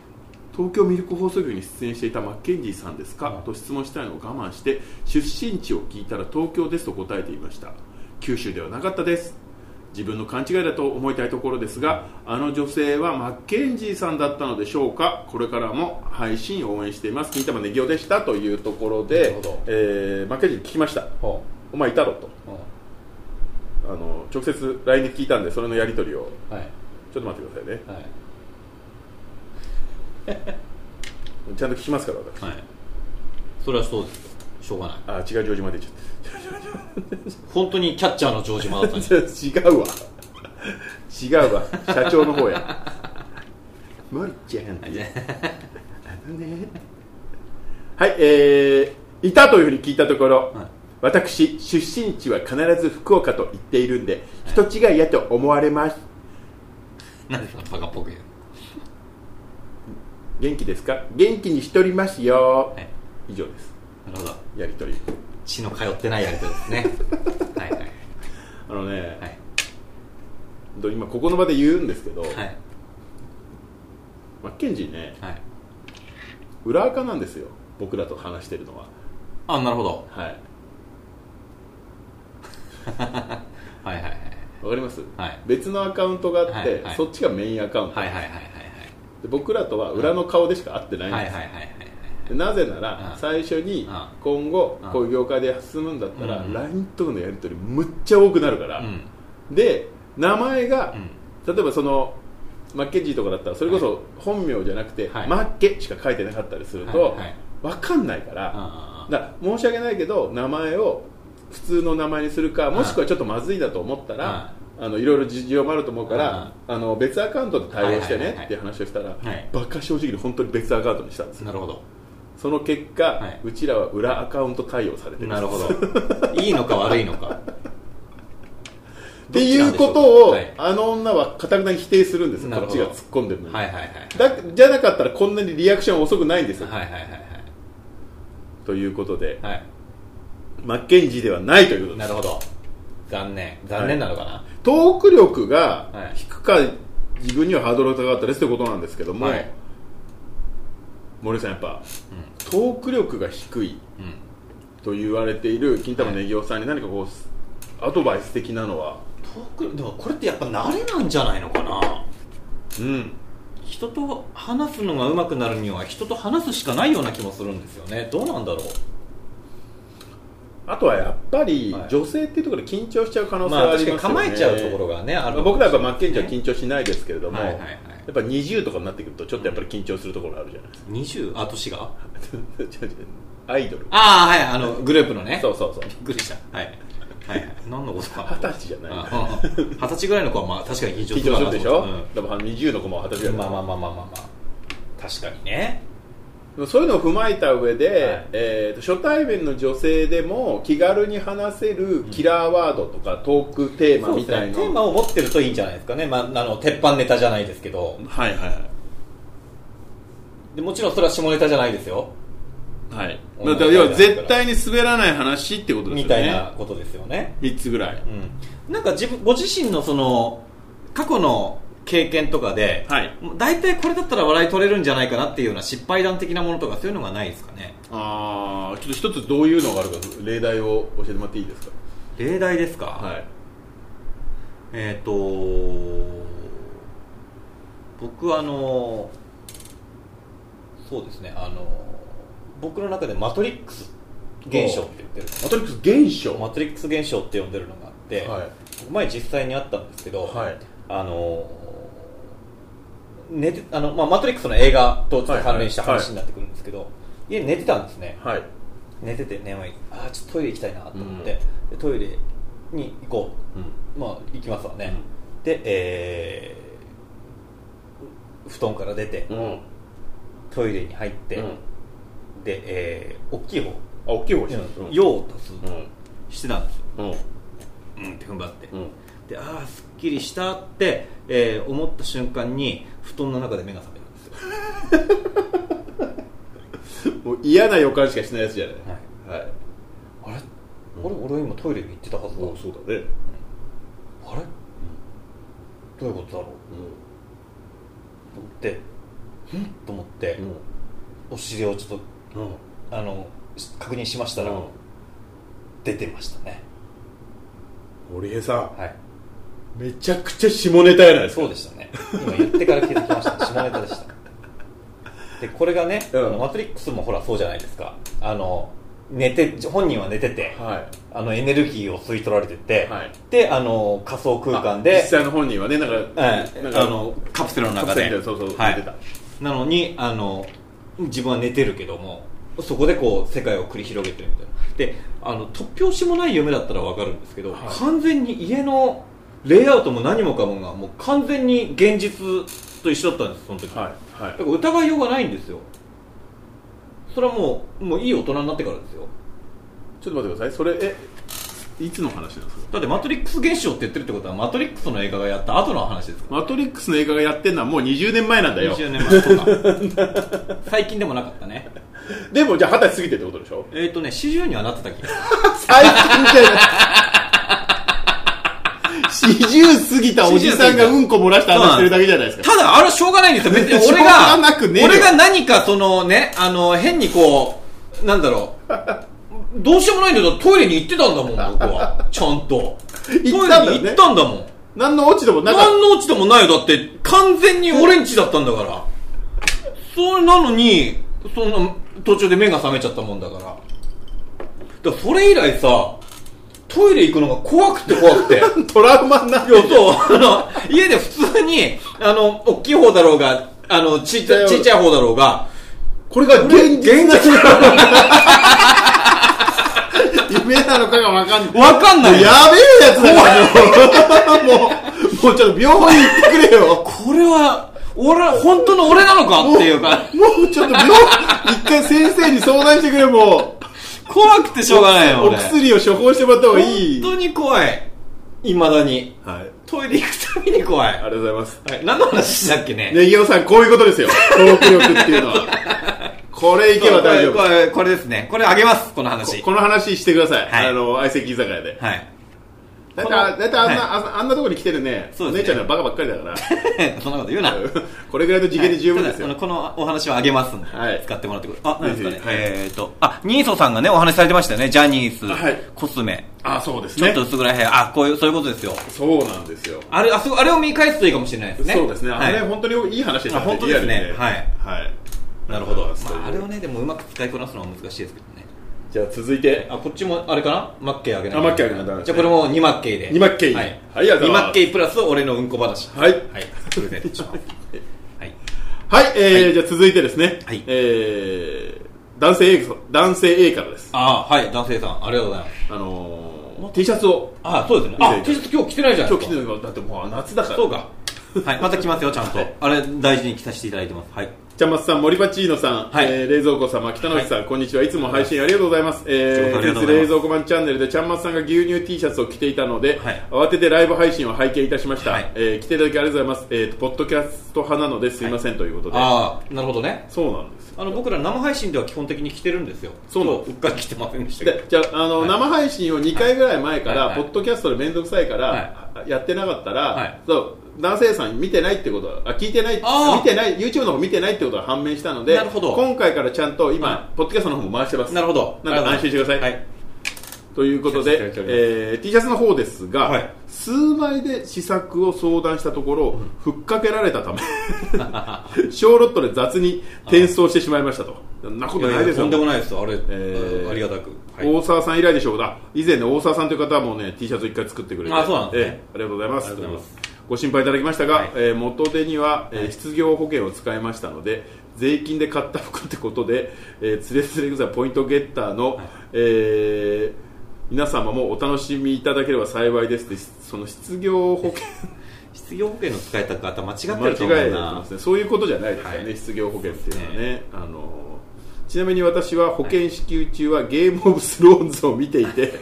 Speaker 1: 東京ミルク放送局に出演していたマッケンジーさんですか、
Speaker 2: うん
Speaker 1: と質問したいのを我慢して出身地を聞いたら東京ですと答えていました九州ではなかったです自分の勘違いだと思いたいところですがあの女性はマッケンジーさんだったのでしょうかこれからも配信応援しています金玉ねぎおでしたというところ
Speaker 2: なる
Speaker 1: で
Speaker 2: ほど、
Speaker 1: えーマッケンジーに聞きました
Speaker 2: ゃんほ
Speaker 1: お前いたろと
Speaker 2: うほ
Speaker 1: あの直接 LINE で聞いたんでそれのやり取りを
Speaker 2: うはい
Speaker 1: ちょっと待ってくださいね
Speaker 2: はい
Speaker 1: ちゃんと聞きますから私
Speaker 2: はいそれはそうですよしょうがない
Speaker 1: あ違う城島で言っちゃった
Speaker 2: 本当にキャッチャーの城島だっ たんじゃ
Speaker 1: 違うわ違うわ社長の方や森ちゃん
Speaker 2: ない
Speaker 1: ねはいえー、いたというふうに聞いたところ、
Speaker 2: はい
Speaker 1: 私出身地は必ず福岡と言っているんで人違いやと思われます
Speaker 2: なんでそんなバカっぽく言う
Speaker 1: 元気ですか元気にしとりますよ、
Speaker 2: のはい
Speaker 1: 以上です
Speaker 2: なるほど
Speaker 1: やりとり
Speaker 2: 血の通ってないやり方です ねはいはい
Speaker 1: あのね、
Speaker 2: はい
Speaker 1: ほんと今ここの場で言うんですけど、
Speaker 2: はい
Speaker 1: マッケンジーね
Speaker 2: はい
Speaker 1: 裏垢なんですよ僕らと話してるのは
Speaker 2: あなるほど
Speaker 1: はい
Speaker 2: はいはいはい
Speaker 1: わかります、
Speaker 2: はい
Speaker 1: 別のアカウントがあって、
Speaker 2: はいはい
Speaker 1: そっちがメインアカウント、
Speaker 2: はいはいはいはい
Speaker 1: で僕らとは裏の顔でしか会ってないん
Speaker 2: はいはいはい
Speaker 1: です、
Speaker 2: はい
Speaker 1: でなぜなら、
Speaker 2: うん
Speaker 1: 最初に
Speaker 2: うん
Speaker 1: 今後
Speaker 2: うん
Speaker 1: こういう業界で進むんだったら、
Speaker 2: うん
Speaker 1: LINE とのやり取りむっちゃ多くなるから、
Speaker 2: はいうん
Speaker 1: で名前が
Speaker 2: う、ん
Speaker 1: 例えばそのマッケンジーとかだったらそれこそ本名じゃなくて、
Speaker 2: はい
Speaker 1: マッケしか書いてなかったりすると、
Speaker 2: はいはい
Speaker 1: わかんないから、
Speaker 2: あー
Speaker 1: だから申し訳ないけど名前を普通の名前にするかもしくはちょっとまずいだと思ったら
Speaker 2: は
Speaker 1: あのいろいろ事情もあると思うからあの別アカウントで対応して
Speaker 2: はいはいはいは
Speaker 1: ね
Speaker 2: い
Speaker 1: っていう話をしたら
Speaker 2: い
Speaker 1: バカ正直に本当に別アカウントにしたんですよ
Speaker 2: なるほど
Speaker 1: その結果
Speaker 2: はいう
Speaker 1: ちらは裏アカウント対応されてる
Speaker 2: なる
Speaker 1: っ
Speaker 2: ほど いいのか悪いのか
Speaker 1: ていうことを
Speaker 2: はい
Speaker 1: あの女はかたくなに否定するんですよ
Speaker 2: な
Speaker 1: こ
Speaker 2: る
Speaker 1: っ
Speaker 2: ほ
Speaker 1: ち
Speaker 2: ど
Speaker 1: が突っ込んでるのに
Speaker 2: はいはいはい
Speaker 1: だじゃなかったらこんなにリアクション遅くないんですよ
Speaker 2: はいはいはい
Speaker 1: ということで
Speaker 2: はいは
Speaker 1: マッケンジーではないということ
Speaker 2: い
Speaker 1: で
Speaker 2: な
Speaker 1: す
Speaker 2: るほど残念残念なのかな
Speaker 1: トーク力が
Speaker 2: はい
Speaker 1: 低か、自分にはハードルが高かったですということなんですけども、
Speaker 2: はい
Speaker 1: 森さんやっぱ、トーク力が低い
Speaker 2: うん
Speaker 1: と言われている金玉ねぎおさんに何かこうアドバイス的なのは
Speaker 2: トークでもこれってやっぱ慣れなんじゃないのかな
Speaker 1: うん
Speaker 2: 人と話すのが上手くなるには人と話すしかないような気もするんですよねどうなんだろう
Speaker 1: あとはやっぱり、
Speaker 2: はい
Speaker 1: 女性っていうところで緊張しちゃう可能性
Speaker 2: まあ
Speaker 1: はあり
Speaker 2: 確か
Speaker 1: ま
Speaker 2: に
Speaker 1: すよね、
Speaker 2: 構えちゃうところがねある
Speaker 1: まあ僕らはやっぱマッケンジーは緊張しないですけれども、
Speaker 2: はいはいはい
Speaker 1: やっぱ20とかになってくるとちょっとやっぱり緊張するところあるじゃないですか
Speaker 2: 20あ年が
Speaker 1: ちょちょ アイドル
Speaker 2: ああはいあのグループのね
Speaker 1: そうそうそう
Speaker 2: びっくりしたはいはいはい何のことか
Speaker 1: 二十 歳じゃない
Speaker 2: あうんうん二十歳ぐらいの子はまあ確かに緊張
Speaker 1: 緊
Speaker 2: す
Speaker 1: 張
Speaker 2: るわ
Speaker 1: す
Speaker 2: な
Speaker 1: るでしょ、
Speaker 2: う
Speaker 1: だから20の子も二十歳ぐらい
Speaker 2: ん
Speaker 1: だと
Speaker 2: まあまあまあまあまあまあ確かにね
Speaker 1: そういうのを踏まえた上で、
Speaker 2: はい
Speaker 1: えーと初対面の女性でも気軽に話せるキラーワードとかトークテーマ
Speaker 2: そうで
Speaker 1: み
Speaker 2: す
Speaker 1: た
Speaker 2: ね
Speaker 1: い
Speaker 2: テ
Speaker 1: な、
Speaker 2: ーマを持ってるといいんじゃないですかねまああの鉄板ネタじゃないですけど
Speaker 1: はいは
Speaker 2: でもちろんそれは下ネタじゃないですよ
Speaker 1: いはい
Speaker 2: 女の子
Speaker 1: だから要は絶対に滑らない話ってことです
Speaker 2: み
Speaker 1: よ
Speaker 2: たい
Speaker 1: ね
Speaker 2: なことですよね
Speaker 1: 3つぐらい
Speaker 2: うんなんか自分ご自身のその過去の経験とかで、
Speaker 1: はい
Speaker 2: 大体これだったら笑い取れるんじゃないかなっていうような失敗談的なものとかそういうのがないですかね
Speaker 1: ああちょっと一つどういうのがあるか例題を教えてもらっていいですか
Speaker 2: 例題ですか、
Speaker 1: はい
Speaker 2: えっ、と僕はあのそうですねあの僕の中で「マトリックス」っ現象って言ってる
Speaker 1: マトリックス現象
Speaker 2: マトリックス現象って呼んでるのがあって、
Speaker 1: はい
Speaker 2: 前実際にあったんですけど、
Speaker 1: はい
Speaker 2: あのー寝てあの、まあ、マトリックスの映画とちょっと関連した
Speaker 1: はいはい
Speaker 2: 話になってくるんですけど、家で寝てたんですね
Speaker 1: はい
Speaker 2: 寝てて眠いああちょっとトイレ行きたいなと思って、でトイレに行こうまあ行きますわね、でえー布団から出て、
Speaker 1: うんうん
Speaker 2: トイレに入って、
Speaker 1: うん
Speaker 2: で、えー、大きい方
Speaker 1: あ大きい方でしたうん
Speaker 2: 用を足す、
Speaker 1: う
Speaker 2: してたんですよ
Speaker 1: ん
Speaker 2: うんって踏ん張って、
Speaker 1: うん
Speaker 2: でああすっきりしたって、えー思った瞬間に布団の中で目が覚めたんですよ、
Speaker 1: もう嫌な予感しかしないやつじゃないはい、
Speaker 2: あれ、俺俺今トイレに行ってたはずだ
Speaker 1: もうそうだね
Speaker 2: あれ、どういうこ
Speaker 1: う
Speaker 2: とだろうと思ってんと思って、
Speaker 1: ん
Speaker 2: お尻をちょっ
Speaker 1: うんうん
Speaker 2: とあのし確認しましたら、出てましたね
Speaker 1: 堀江さ
Speaker 2: はい
Speaker 1: んめちゃくちゃ下ネタやないですか
Speaker 2: そうでしたね今言ってから気づきました下ネタでしたでこれがね、
Speaker 1: うん
Speaker 2: あのマトリックスもほらそうじゃないですかあの寝て本人は寝てて、
Speaker 1: は
Speaker 2: あのエネルギーを吸い取られてて、
Speaker 1: はい
Speaker 2: であの仮想空間
Speaker 1: い実
Speaker 2: で
Speaker 1: 際の本人はねなんか
Speaker 2: はい
Speaker 1: なんか
Speaker 2: あのカプセルの
Speaker 1: カプ
Speaker 2: 中
Speaker 1: セ
Speaker 2: で
Speaker 1: ルみたいなそうそう
Speaker 2: はい
Speaker 1: 出てた
Speaker 2: なのにあの自分は寝てるけどもそこでこう世界を繰り広げてるみたいなであの突拍子もない夢だったらわかるんですけど、
Speaker 1: はい
Speaker 2: 完全に家のレイアウトも何もかもがもう完全に現実と一緒だったんですその時、
Speaker 1: はいは
Speaker 2: だから疑いようがないんですよそれはもうもういい大人になってからですよ
Speaker 1: いちょっと待ってくださいそれえいつの話なんですか
Speaker 2: だって「マトリックス現象」って言ってるってことはマトリックスの映画がやった後の話ですか
Speaker 1: マトリックスの映画がやってんのはもう20年前なんだ
Speaker 2: ら
Speaker 1: よ
Speaker 2: 20年前とか最近でもなかったね
Speaker 1: でもじゃあ二十歳過ぎてってことでしょ
Speaker 2: えっ、とね40にはなってた気がする
Speaker 1: 最近みたいな40過ぎたおじさんがうんこ漏らした話してるだけじゃないですか
Speaker 2: ただ、あれはしょうがないんですよ。別に俺
Speaker 1: しょ
Speaker 2: が、
Speaker 1: うがなくねえよ
Speaker 2: 俺が何かそのね、あの、変にこう、なんだろう。どうしようもないんだけど、トイレに行ってたんだもん、僕は。ちゃんと。トイレ に
Speaker 1: 行ったんだね
Speaker 2: 行ったんだもん。
Speaker 1: 何の落ちでもなかっ
Speaker 2: 何の落ちでもないよ。だって、完全に俺んちだったんだから。それなのに、そんな、途中で目が覚めちゃったもんだから。だからそれ以来さ、トイレ行くのが怖くて怖 くて。
Speaker 1: たトラウマになっ
Speaker 2: いや、そう、あの、家で普通に、あの、大きい方だろうが、あの、ちっちゃい、
Speaker 1: ちっ
Speaker 2: ちっ
Speaker 1: ち
Speaker 2: ちゃい方だろうが、
Speaker 1: これが現実な のか夢なのかが分かんない
Speaker 2: わかんない
Speaker 1: や
Speaker 2: よ。
Speaker 1: べえやつだからもうもうもうちょっと病院行ってくれよ
Speaker 2: これは、俺、本当の俺なのかっていうか、
Speaker 1: もうちょっと病院一回先生に相談してくれもう
Speaker 2: 怖くてしょうがないよ、
Speaker 1: お
Speaker 2: 俺。
Speaker 1: 薬を処方してもらった方がいい
Speaker 2: 本当に怖い。未だに。
Speaker 1: はい
Speaker 2: トイレ行くたびに怖い。
Speaker 1: あり
Speaker 2: は
Speaker 1: がとうございます
Speaker 2: い、何の話したっけね。
Speaker 1: ねぎおさんこういうことですよトーク力っていうのはこれいけば大丈夫
Speaker 2: これ、これこれですね。これあげます、この話。
Speaker 1: この話してください、
Speaker 2: はい
Speaker 1: あの相席居酒屋で
Speaker 2: はい。
Speaker 1: だいたいだいたいあんな、
Speaker 2: は
Speaker 1: ああんなとこに来てるね
Speaker 2: そう
Speaker 1: 姉
Speaker 2: ですね
Speaker 1: ちゃんのはバカばっかりだから
Speaker 2: そんなこと言うな。
Speaker 1: これぐらいの次元で十分ですよ、
Speaker 2: はいただあのこのお話はあげますんで、
Speaker 1: はい
Speaker 2: 使ってもらってください。あ、何ですかね
Speaker 1: ぜ。ひはい
Speaker 2: えっ、と、あ、ニーソさんがね、お話しされてましたよね。ジャニーズ、
Speaker 1: はい
Speaker 2: コスメ、
Speaker 1: あそうです
Speaker 2: ちょっ
Speaker 1: ね
Speaker 2: と薄暗い部屋。あ、こういう、そういうことですよ。
Speaker 1: そうなんですよ、
Speaker 2: あれ、あ、そう、あれを見返すといいかもしれないですね。
Speaker 1: そうですね
Speaker 2: は
Speaker 1: あ
Speaker 2: い
Speaker 1: れ、本当にいい話でした
Speaker 2: あ本当ですね
Speaker 1: リアルに
Speaker 2: はい
Speaker 1: はい
Speaker 2: なる
Speaker 1: ありがと
Speaker 2: ほど。
Speaker 1: うございます
Speaker 2: まあ、あれをね、でもうまく使いこなすのは難しいですけどね。
Speaker 1: じゃあ続いて
Speaker 2: あ、こっちも、あれかなマッケイあげない。
Speaker 1: あマッケイあげないとダメです
Speaker 2: じゃ
Speaker 1: ね
Speaker 2: あこれも2マッケイで。
Speaker 1: 二マッケイ
Speaker 2: は
Speaker 1: はい
Speaker 2: い。
Speaker 1: ありがとうござ
Speaker 2: 2マ
Speaker 1: います
Speaker 2: ッケイプラス俺のうんこ話。
Speaker 1: はい
Speaker 2: はい。プレゼントします。はい。
Speaker 1: はい、えーじゃあ続いてですね、
Speaker 2: はい
Speaker 1: えー男性 A 男性 A からです
Speaker 2: あーはい、男性さん、ありがとうございます。
Speaker 1: あのー、T シャツを
Speaker 2: あ、そうですね。あ、T シャツ今日着てないじゃない
Speaker 1: 今
Speaker 2: で
Speaker 1: 日着
Speaker 2: すか。
Speaker 1: てるのがだってもう夏だから
Speaker 2: そうか。はい、また来ますよ、ちゃんと。あれ、大事に着させていただいてます。はい。
Speaker 1: ちゃんまつさん、森バチーノさん、
Speaker 2: はい
Speaker 1: えー冷蔵庫様、北野内さん、こんにちは。いつも配信ありがとうございます。え
Speaker 2: こちらこそありがとうございます
Speaker 1: 冷蔵庫マンチャンネルでちゃんまつさんが牛乳 T シャツを着ていたので、
Speaker 2: はい
Speaker 1: 慌ててライブ配信を拝見いたしました。
Speaker 2: はい
Speaker 1: えー来ていただきありがとうございます。えーとポッドキャスト派なのですいません、ということで。
Speaker 2: ああ、なるほどね。
Speaker 1: そうなんですよ。
Speaker 2: あの、僕ら生配信では基本的に着てるんですよ。
Speaker 1: そうなん
Speaker 2: 今
Speaker 1: で
Speaker 2: 日うっかり着てませんでしたけど
Speaker 1: で。じゃあ、あの、生配信を2回ぐらい前から、
Speaker 2: はいはい
Speaker 1: ポッドキャストで面倒くさいから、やってなかったら、
Speaker 2: はい
Speaker 1: そう男性さん見てないってことはあ聞いてない
Speaker 2: あー
Speaker 1: 見てない YouTube の方見てないってことが判明したので
Speaker 2: なるほど
Speaker 1: 今回からちゃんと今、
Speaker 2: は
Speaker 1: ポッドキャストの方も回してます
Speaker 2: なるほど。
Speaker 1: なんか安心してください
Speaker 2: はい。
Speaker 1: ということで
Speaker 2: いただいてお、ります
Speaker 1: えー T シャツの方ですが、
Speaker 2: はい
Speaker 1: 数枚で試作を相談したところ、ふっかけられたため 小ロットで雑に転送してしまいましたとそんなことない
Speaker 2: やい
Speaker 1: で
Speaker 2: や
Speaker 1: すよ
Speaker 2: とんでもないですよあれ、
Speaker 1: えー
Speaker 2: ありがたく、はい
Speaker 1: 大沢さん以来でしょうだ以前ね大沢さんという方はもうね T シャツ一回作ってくれて
Speaker 2: あそうなんですね
Speaker 1: ええありがとうございます
Speaker 2: ありがとうございます
Speaker 1: ご心配いただきましたが、
Speaker 2: はい
Speaker 1: えー元手には、えー失業保険を使いましたので税金で買った服ってことで、えー、つれつれ草ポイントゲッターの、えー皆様もお楽しみいただければ幸いですってその失業保険
Speaker 2: 失業保険の使い方間違って
Speaker 1: 間
Speaker 2: ると思うな
Speaker 1: 違えてますねそういうことじゃないですよね、
Speaker 2: はい
Speaker 1: 失業保険っていうのは
Speaker 2: そう
Speaker 1: ね
Speaker 2: で
Speaker 1: あのちなみに私は保険支給中はゲームオブスローンズを見てい て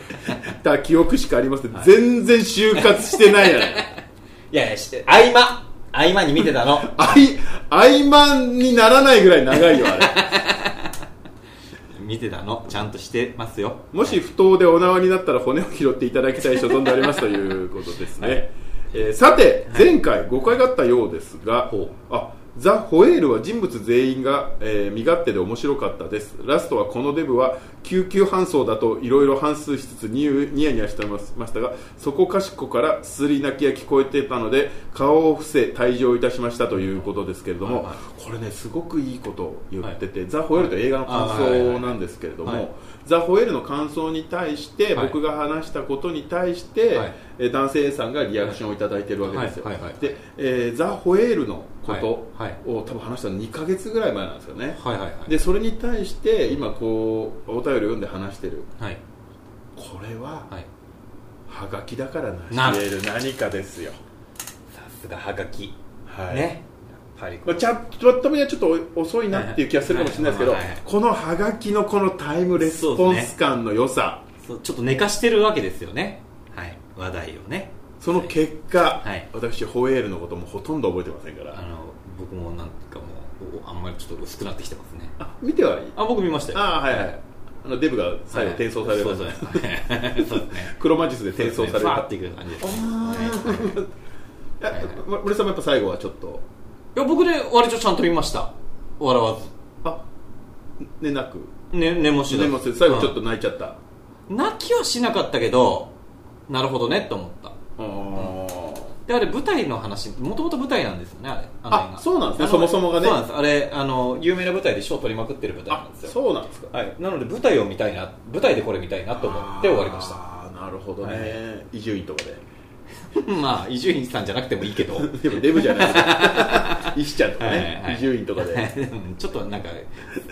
Speaker 1: た記憶しかありません、全然就活してないやん
Speaker 2: いやいやして合間合間に見てたの
Speaker 1: あい合間にならないぐらい長いよあれ
Speaker 2: 見てたのちゃんとしてますよ
Speaker 1: もし不当でお縄になったら骨を拾っていただきたい所存でありますということですね、
Speaker 2: はい
Speaker 1: えーさて前回誤解があったようですが、
Speaker 2: ほう
Speaker 1: あザ・ホエールは人物全員が、えー身勝手で面白かったですラストはこのデブは救急搬送だといろいろ反数しつつニヤニヤニヤしてますましたがそこかしこからすり泣きが聞こえてたので顔を伏せ退場いたしましたということですけれども、
Speaker 2: はいは
Speaker 1: これねすごくいいことを言ってて、ザ・ホエールという映画の感
Speaker 2: あーはいはいは
Speaker 1: 想
Speaker 2: い
Speaker 1: なんですけれども、
Speaker 2: はい
Speaker 1: ザ・ホエールの感想に対して、
Speaker 2: はい
Speaker 1: 僕が話したことに対して、
Speaker 2: はい
Speaker 1: えー男性さんがリアクションをいただいてるわけですよ、
Speaker 2: はいはいはいはい
Speaker 1: でえーザ・ホエールのこ
Speaker 2: はいはい
Speaker 1: とを多分話したの2ヶ月ぐらい前なんですよね、
Speaker 2: はいはいは
Speaker 1: でそれに対して今こうお便りを読んで話してる
Speaker 2: はい
Speaker 1: これは
Speaker 2: はい
Speaker 1: はがきだからな
Speaker 2: な
Speaker 1: し得る何かですよ、
Speaker 2: さすがはがき、
Speaker 1: はい
Speaker 2: ねやっぱり
Speaker 1: まあ、チャチャット目にはちょっとお遅いなっていう気がするかもしれないですけど、
Speaker 2: はいはいはいはい
Speaker 1: このはがきのこのタイムレスポンス感の良さ
Speaker 2: そうちょっと寝かしてるわけですよねはい話題をね
Speaker 1: その結果、
Speaker 2: はい
Speaker 1: 私、ホエールのこともほとんど覚えてませんか
Speaker 2: あ
Speaker 1: ら、
Speaker 2: の僕もなんかもうおあんまりちょっと薄くなってきてますね
Speaker 1: あ見てはいい
Speaker 2: あ僕見ましたよ
Speaker 1: ああ、はいはい、あのデブが最後、転送される、
Speaker 2: そうそうそうですね
Speaker 1: 黒魔術で 転送される、
Speaker 2: ファーっていく感じです、はいはい
Speaker 1: いやま森さんもやっぱ最後はちょっと、
Speaker 2: いや僕ね割とちゃんと見ました笑わ
Speaker 1: あねなく、
Speaker 2: ず、ね、寝もしな
Speaker 1: で
Speaker 2: い
Speaker 1: も最後、ちょっと泣いちゃった、
Speaker 2: うん泣きはしなかったけどなるほどねって思った
Speaker 1: あー
Speaker 2: であれ舞台の話もともと舞台なんですよねあれあの映画
Speaker 1: あそうなんですね、
Speaker 2: あの
Speaker 1: そもそもがね
Speaker 2: そう、なんですあれあの有名な舞台で賞を取りまくってる舞台な
Speaker 1: あ
Speaker 2: んですよ
Speaker 1: そうなんですか、
Speaker 2: はい、なので舞台を見たいな舞台でこれ見たいなと思って終わりました
Speaker 1: あーなるほどね、伊集院とかで。
Speaker 2: まあ伊集院さんじゃなくてもいいけど
Speaker 1: でもデブじゃないですか 石ちゃんとか
Speaker 2: はいはいは
Speaker 1: ね
Speaker 2: い
Speaker 1: 伊集院とかで
Speaker 2: うん ちょっとなんか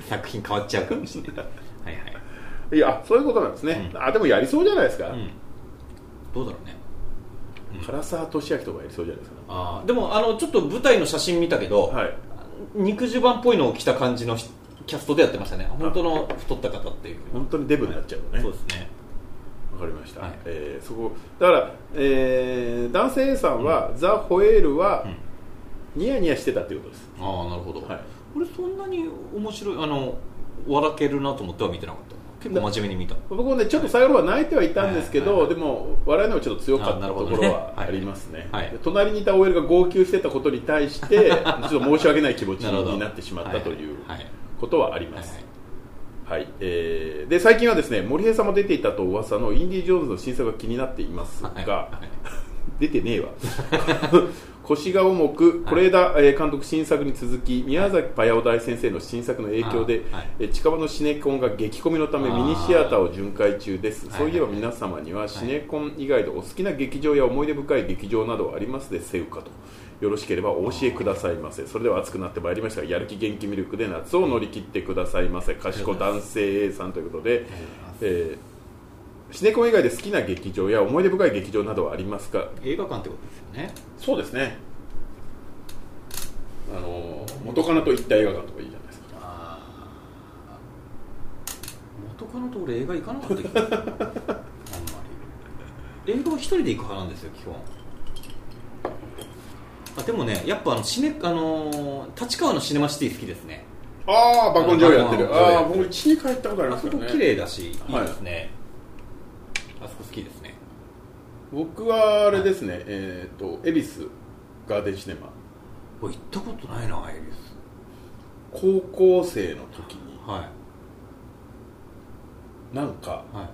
Speaker 2: 作品変わっちゃうかもしれ ないはいはい、
Speaker 1: いやそういうことなんですね、あでもやりそうじゃないですか、
Speaker 2: うん、どうだろうね
Speaker 1: 唐沢俊明とかやりそうじゃないですか
Speaker 2: あーでもあのちょっと舞台の写真見たけど、
Speaker 1: はい
Speaker 2: 肉汁版っぽいのを着た感じのひキャストでやってましたね本当の太った方っていう
Speaker 1: 本当にデブになっちゃうのね
Speaker 2: そう
Speaker 1: わ、
Speaker 2: ですね
Speaker 1: かりました、
Speaker 2: はい
Speaker 1: えーそこだから、えー男性 A さんは、ザ・ホエールは、ニヤニヤしてたっていうことです
Speaker 2: ああなるほど、
Speaker 1: はい
Speaker 2: 俺そんなに面白いあの笑けるなと思っては見てなかった結構真面目に見た
Speaker 1: 僕もねちょっと最後の方は泣いてはいたんですけど、
Speaker 2: はいはい
Speaker 1: でも笑いの方がちょっと強かっ
Speaker 2: あ
Speaker 1: た
Speaker 2: なる
Speaker 1: と
Speaker 2: ほど
Speaker 1: こ
Speaker 2: ね
Speaker 1: ろはありますね
Speaker 2: はいはい
Speaker 1: で隣にいた OL が号泣してたことに対して ちょっと申し訳ない気持ち
Speaker 2: なるほど
Speaker 1: になってしまったという
Speaker 2: はいはい
Speaker 1: ことはあり
Speaker 2: は
Speaker 1: ま
Speaker 2: い
Speaker 1: す、はいえーで最近はですね森平さんも出ていたと噂のインディ・ジョーンズの新作が気になっていますが、
Speaker 2: はいはい
Speaker 1: 出てねえわ 腰が重く是枝えー監督新作に続き宮崎駿大先生の新作の影響で、
Speaker 2: あはい
Speaker 1: えー近場のシネコンが激混みのため
Speaker 2: あ
Speaker 1: ミ
Speaker 2: ー
Speaker 1: ニシアターを巡回中です
Speaker 2: はい
Speaker 1: そういえば皆様にはシネコン以外でお好きな劇場や思い出深い劇場などありますでせうかとよろしければお教えくださいませそれでは暑くなってまいりましたがやる気元気ミルクで夏を乗り切ってくださいませ賢い男性 A さんということで、えーシネコン以外で好きな劇場や思い出深い劇場などはありますか
Speaker 2: 映画館ってことですよね
Speaker 1: そうですねあの元カノと行った映画館とかいいじゃないですか
Speaker 2: あー元カノと俺映画行かなかった気がするなあんまり映画は一人で行く派なんですよ基本あでもねやっぱあのシネあのー立川のシネマシティ好きですね
Speaker 1: ああバコンジョーやってる
Speaker 2: バコンジョー
Speaker 1: あ
Speaker 2: や
Speaker 1: あ
Speaker 2: ってる
Speaker 1: 僕一に帰ったことあり
Speaker 2: あ
Speaker 1: ます
Speaker 2: そ
Speaker 1: から
Speaker 2: こ
Speaker 1: ね
Speaker 2: 綺麗だしいい
Speaker 1: はい
Speaker 2: ですね、あそこ好きですね
Speaker 1: 僕はあれですねえっ、と恵比寿ガーデンシネマ
Speaker 2: 俺行ったことないなアイリス
Speaker 1: 高校生の時に
Speaker 2: は
Speaker 1: なんか
Speaker 2: いはい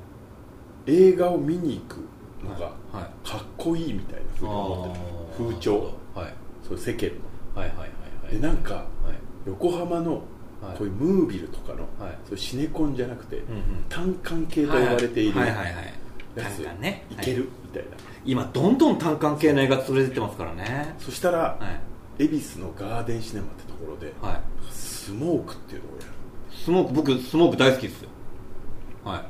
Speaker 1: 映画を見に行くのが
Speaker 2: はい
Speaker 1: かっこいいみたいな風に思ってた
Speaker 2: あー
Speaker 1: 風潮
Speaker 2: はい
Speaker 1: そう世間
Speaker 2: はいはいはいはい
Speaker 1: のでなんか
Speaker 2: はい
Speaker 1: 横浜の
Speaker 2: はい
Speaker 1: こういうムービルとかの、
Speaker 2: はい
Speaker 1: そういうシネコンじゃなくて、
Speaker 2: うんうん
Speaker 1: 単館系と呼ばれている
Speaker 2: はい
Speaker 1: や
Speaker 2: はいはいはい
Speaker 1: つ
Speaker 2: 単管ね
Speaker 1: いけ
Speaker 2: は
Speaker 1: るみたいな、
Speaker 2: 今どんどん単管系の映画連れてってますからね
Speaker 1: そしたら、
Speaker 2: はい
Speaker 1: 恵比寿のガーデンシネマってところで、
Speaker 2: はい
Speaker 1: スモークっていうのをや
Speaker 2: スモーク僕スモーク大好きですよは
Speaker 1: る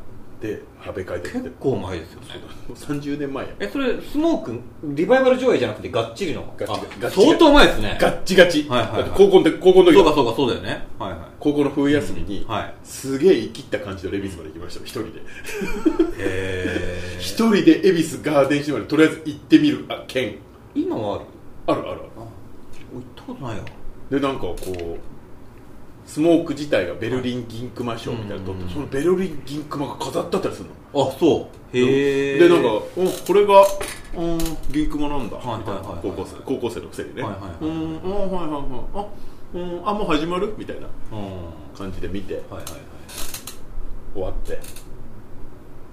Speaker 1: で安倍会
Speaker 2: い
Speaker 1: で
Speaker 2: 結構前ですよね
Speaker 1: 30年前や
Speaker 2: えそれスモークリバイバル上映じゃなくてがっちりの
Speaker 1: ガッチリ
Speaker 2: あ
Speaker 1: ガッチリ
Speaker 2: 相当前ですね
Speaker 1: ガッチガチ、
Speaker 2: はいはいはい
Speaker 1: だって高校の時高校の時
Speaker 2: そう
Speaker 1: だ
Speaker 2: かそうかそうだよねはいはい
Speaker 1: 高校の冬休みに、
Speaker 2: はい
Speaker 1: すげえ生きった感じで恵比寿まで行きましたよ一人で
Speaker 2: へ
Speaker 1: 一人で恵比寿ガーデンシネマにとりあえず行ってみるあ県
Speaker 2: 今はある
Speaker 1: あるある
Speaker 2: あ行ったことないよ
Speaker 1: でなんかこうスモーク自体がベルリン銀熊賞みたいなのとって、
Speaker 2: うんうんうん
Speaker 1: そのベルリン銀熊が飾ってあったりするの
Speaker 2: あそうへえ
Speaker 1: でなんか「うんこれがうん銀熊なんだ」みた
Speaker 2: はいいはいはい
Speaker 1: な
Speaker 2: はい
Speaker 1: 高校生高校生のくせにね「
Speaker 2: はいはいはい
Speaker 1: うんうんはいはいはいあうんあもう始まる?」みたいな
Speaker 2: うん
Speaker 1: 感じで見て
Speaker 2: はいはいはい
Speaker 1: 終わって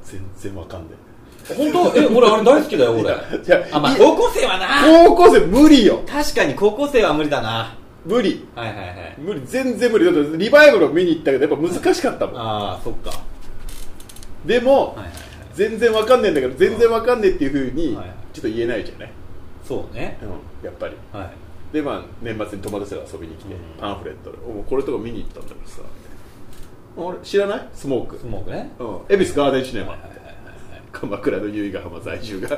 Speaker 1: 全然わかんない
Speaker 2: 本当え俺あれ大好きだよ俺
Speaker 1: いや
Speaker 2: あ、まあ、
Speaker 1: い
Speaker 2: 高校生はな
Speaker 1: 高校生無理よ
Speaker 2: 確かに高校生は無理だな
Speaker 1: 無理
Speaker 2: はいはいはい
Speaker 1: 無理全然無理だってリバイバルを見に行ったけどやっぱ難しかったもん
Speaker 2: ああそっかは
Speaker 1: でも、
Speaker 2: いはいはい
Speaker 1: 全然わかんねえんだけど全然わかんねえっていうふうに
Speaker 2: はいはい
Speaker 1: ちょっと言えないじゃない、
Speaker 2: そうね
Speaker 1: うん、やっぱり
Speaker 2: はい
Speaker 1: でまあ年末に友達ら遊びに来て、
Speaker 2: うん
Speaker 1: パンフレットで「お前これとか見に行ったんだけどさ」俺知らないスモーク
Speaker 2: スモークね
Speaker 1: うん恵比寿ガーデンシネマ、
Speaker 2: はいはいはいはい
Speaker 1: 鎌倉の由比ヶ浜在住が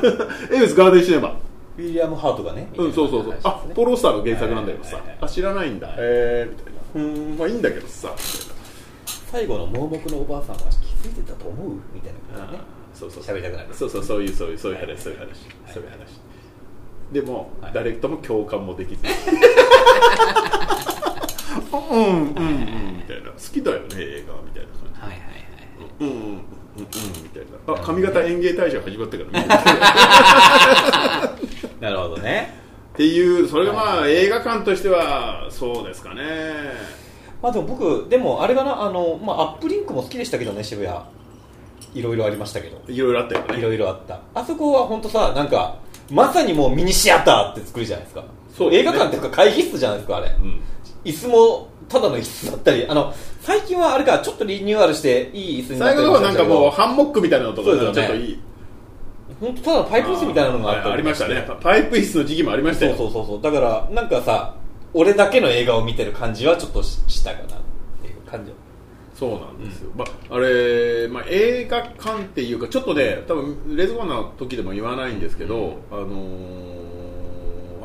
Speaker 1: 恵比寿ガーデンシネマ
Speaker 2: ウィリアム・ハートがね
Speaker 1: うんそうそうそうあポロスターの原作なんだけどさ、
Speaker 2: はいはいはい
Speaker 1: あ知らないんだえー、みたいなうーんまあいいんだけどさみたいな
Speaker 2: 最後の盲目のおばあさんは気づいてたと思うみたいなことね
Speaker 1: そうそう
Speaker 2: 喋りたくなる
Speaker 1: そうそうそういうそういうそういう
Speaker 2: は
Speaker 1: 話
Speaker 2: い
Speaker 1: そういう話
Speaker 2: はい
Speaker 1: そういう話でも
Speaker 2: はい
Speaker 1: 誰とも共感もできずうんうんうんみたいな好きだよね映画みたいな感
Speaker 2: はいはいはい
Speaker 1: じうんうんうんうんみたいなあ髪型園芸大賞始まったから見てみたい
Speaker 2: なるほどね
Speaker 1: っていうそれがまあ映画館としてはそうですかね
Speaker 2: まあでも僕でもあれかなあの、まあ、アップリンクも好きでしたけどね渋谷いろいろありましたけど
Speaker 1: いろいろあったよ
Speaker 2: い
Speaker 1: ね
Speaker 2: ろいろあったあそこは本当さなんかまさにもうミニシアターって作るじゃないですか
Speaker 1: そうです
Speaker 2: 映
Speaker 1: ね
Speaker 2: 画館っていうか会議室じゃないですかあれ、
Speaker 1: うん
Speaker 2: 椅子もただの椅子だったりあの最近はあれかちょっとリニューアルしていい椅子になっ
Speaker 1: 最
Speaker 2: た
Speaker 1: 後
Speaker 2: り
Speaker 1: の
Speaker 2: も
Speaker 1: 方
Speaker 2: し
Speaker 1: なん
Speaker 2: たけど
Speaker 1: かもうハンモックみたいなのとか
Speaker 2: そう
Speaker 1: ち
Speaker 2: で
Speaker 1: ょっ
Speaker 2: す
Speaker 1: と
Speaker 2: よね
Speaker 1: いい
Speaker 2: 本当ただのパイプ椅子みたいなのがあった
Speaker 1: ありましたねパイプ椅子の時期もありました
Speaker 2: そ
Speaker 1: よ
Speaker 2: うそうそうそうだからなんかさ俺だけの映画を見てる感じはちょっとししたかなっていう感じ
Speaker 1: そうなんですよ、まあ、あれ、まあ、映画館っていうかちょっとね多分冷蔵庫の時でも言わないんですけど、あのー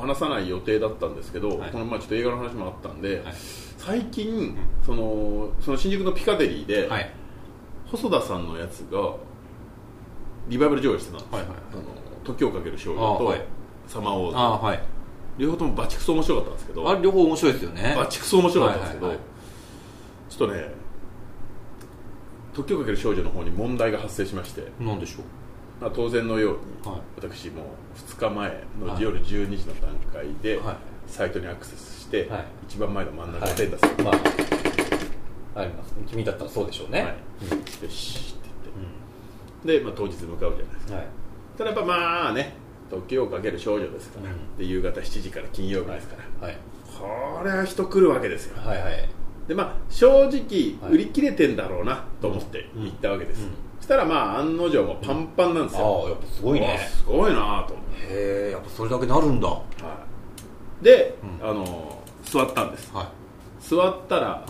Speaker 1: 話さない予定だったんですけど、
Speaker 2: はい
Speaker 1: この前ちょっと映画の話もあったんで、
Speaker 2: はい
Speaker 1: 最近そのその新宿のピカデリーで、
Speaker 2: はい
Speaker 1: 細田さんのやつがリバイバル上映してたんですよ、
Speaker 2: はいはい
Speaker 1: あの時をかける少女
Speaker 2: あ
Speaker 1: と、
Speaker 2: はい
Speaker 1: サマーウォーズ
Speaker 2: あはい
Speaker 1: 両方ともバチクソ面白かったんですけど
Speaker 2: 両方面白いですよ ね
Speaker 1: バチクソ面白かったんですけど、
Speaker 2: はいはい
Speaker 1: ちょっとね時をかける少女の方に問題が発生しまして、
Speaker 2: なんでしょ
Speaker 1: まあ、当然のように、
Speaker 2: はい
Speaker 1: 私も2日前
Speaker 2: は
Speaker 1: の
Speaker 2: い
Speaker 1: 夜12時の段階で、
Speaker 2: はい
Speaker 1: サイトにアクセスして、
Speaker 2: はい
Speaker 1: 一番前の真ん中
Speaker 2: は
Speaker 1: を
Speaker 2: い
Speaker 1: 手に出す、
Speaker 2: まああります君だったらそうでしょうね、
Speaker 1: はいでシーって言ってで、まあ、当日向かうじゃないですか
Speaker 2: うんはい
Speaker 1: ただやっぱまあね時をかける少女ですから、
Speaker 2: うん
Speaker 1: で夕方7時から金曜日ですから
Speaker 2: はい
Speaker 1: これは人来るわけですよ
Speaker 2: はいはい
Speaker 1: でまあ、正直
Speaker 2: はい
Speaker 1: 売り切れてんだろうなと思って
Speaker 2: うん
Speaker 1: 行ったわけです、
Speaker 2: うん
Speaker 1: そしたらまあ案の定もうパンパンなんですよ、
Speaker 2: ああやっぱすごいね
Speaker 1: わあすごいなと思っ
Speaker 2: へえやっぱそれだけなるんだは
Speaker 1: て、はい、で、
Speaker 2: うん
Speaker 1: あの座ったんです
Speaker 2: いは
Speaker 1: 座ったら、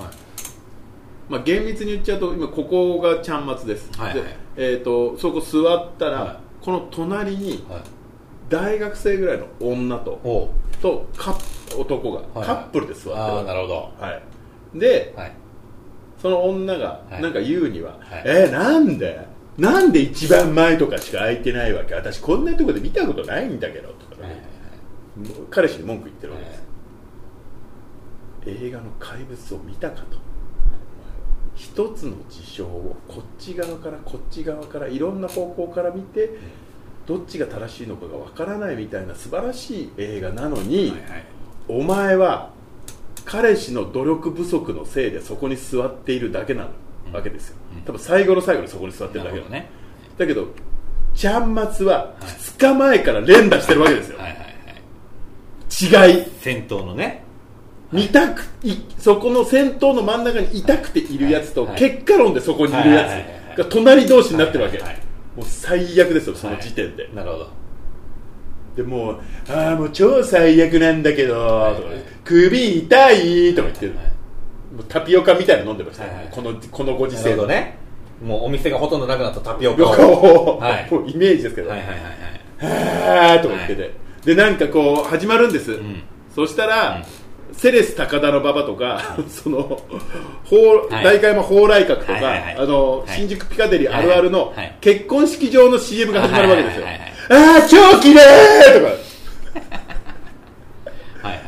Speaker 1: まあ、厳密に言っちゃうと今ここがちゃんまつです、
Speaker 2: はいはい
Speaker 1: でえー、とそこ座ったら、
Speaker 2: は
Speaker 1: この隣に
Speaker 2: はい
Speaker 1: 大学生ぐらいの女と
Speaker 2: おう
Speaker 1: とカッ男が、
Speaker 2: はい
Speaker 1: カップルで座ってる
Speaker 2: ああなるほど
Speaker 1: はい、で、
Speaker 2: はい
Speaker 1: その女が
Speaker 2: はい
Speaker 1: なんか言うには「
Speaker 2: はい
Speaker 1: えーなんでなんで一番前とかしか空いてないわけ私こんなとこで見たことないんだけど」とかね、もう彼氏に文句言ってるわけです、映画の怪物を見たかと一つの事象をこっち側からこっち側からいろんな方向から見てどっちが正しいのかがわからないみたいな素晴らしい映画なのに、お前は彼氏の努力不足のせいでそこに座っているだけなのわけですよ、
Speaker 2: うん
Speaker 1: 多分最後の最後にそこに座ってる
Speaker 2: な
Speaker 1: だ
Speaker 2: る
Speaker 1: け
Speaker 2: ほ
Speaker 1: なの
Speaker 2: どね
Speaker 1: だけどちゃんまつは2日前から連打してるわけですよ
Speaker 2: はいはいはい
Speaker 1: 違い
Speaker 2: 戦闘のね
Speaker 1: 見たくいそこの先頭の真ん中にいたくているやつと、
Speaker 2: はい
Speaker 1: 結果論でそこにいる
Speaker 2: はいはいはい
Speaker 1: や
Speaker 2: は
Speaker 1: つ
Speaker 2: い
Speaker 1: が隣同士になってるわけ、
Speaker 2: はいはいはい
Speaker 1: もう最悪ですよその時点で、
Speaker 2: なるほど
Speaker 1: でもうああもう超最悪なんだけど、
Speaker 2: いはい
Speaker 1: とか首痛いとか言ってる、
Speaker 2: はい
Speaker 1: もうタピオカみたいなの飲んでました、ね
Speaker 2: はいはい
Speaker 1: このこのご時
Speaker 2: なる
Speaker 1: 世
Speaker 2: ほ
Speaker 1: の
Speaker 2: どねもうお店がほとんどなくなったタピオカ
Speaker 1: 旅行、
Speaker 2: をはい
Speaker 1: もうイメージですけど、
Speaker 2: はいはいはい
Speaker 1: はーとか言ってて、でなんかこう始まるんです、
Speaker 2: ん
Speaker 1: そしたら、セレス高田の馬場とか、 その蓬
Speaker 2: はい
Speaker 1: 大会も蓬莱閣とか、
Speaker 2: はいはいはい
Speaker 1: あの
Speaker 2: はい
Speaker 1: 新宿ピカデリーあるあるの
Speaker 2: はいはいはい
Speaker 1: 結婚式場の CM が始まるわけですよ、
Speaker 2: はいはい
Speaker 1: ああー超綺麗とか
Speaker 2: はいはいはいはい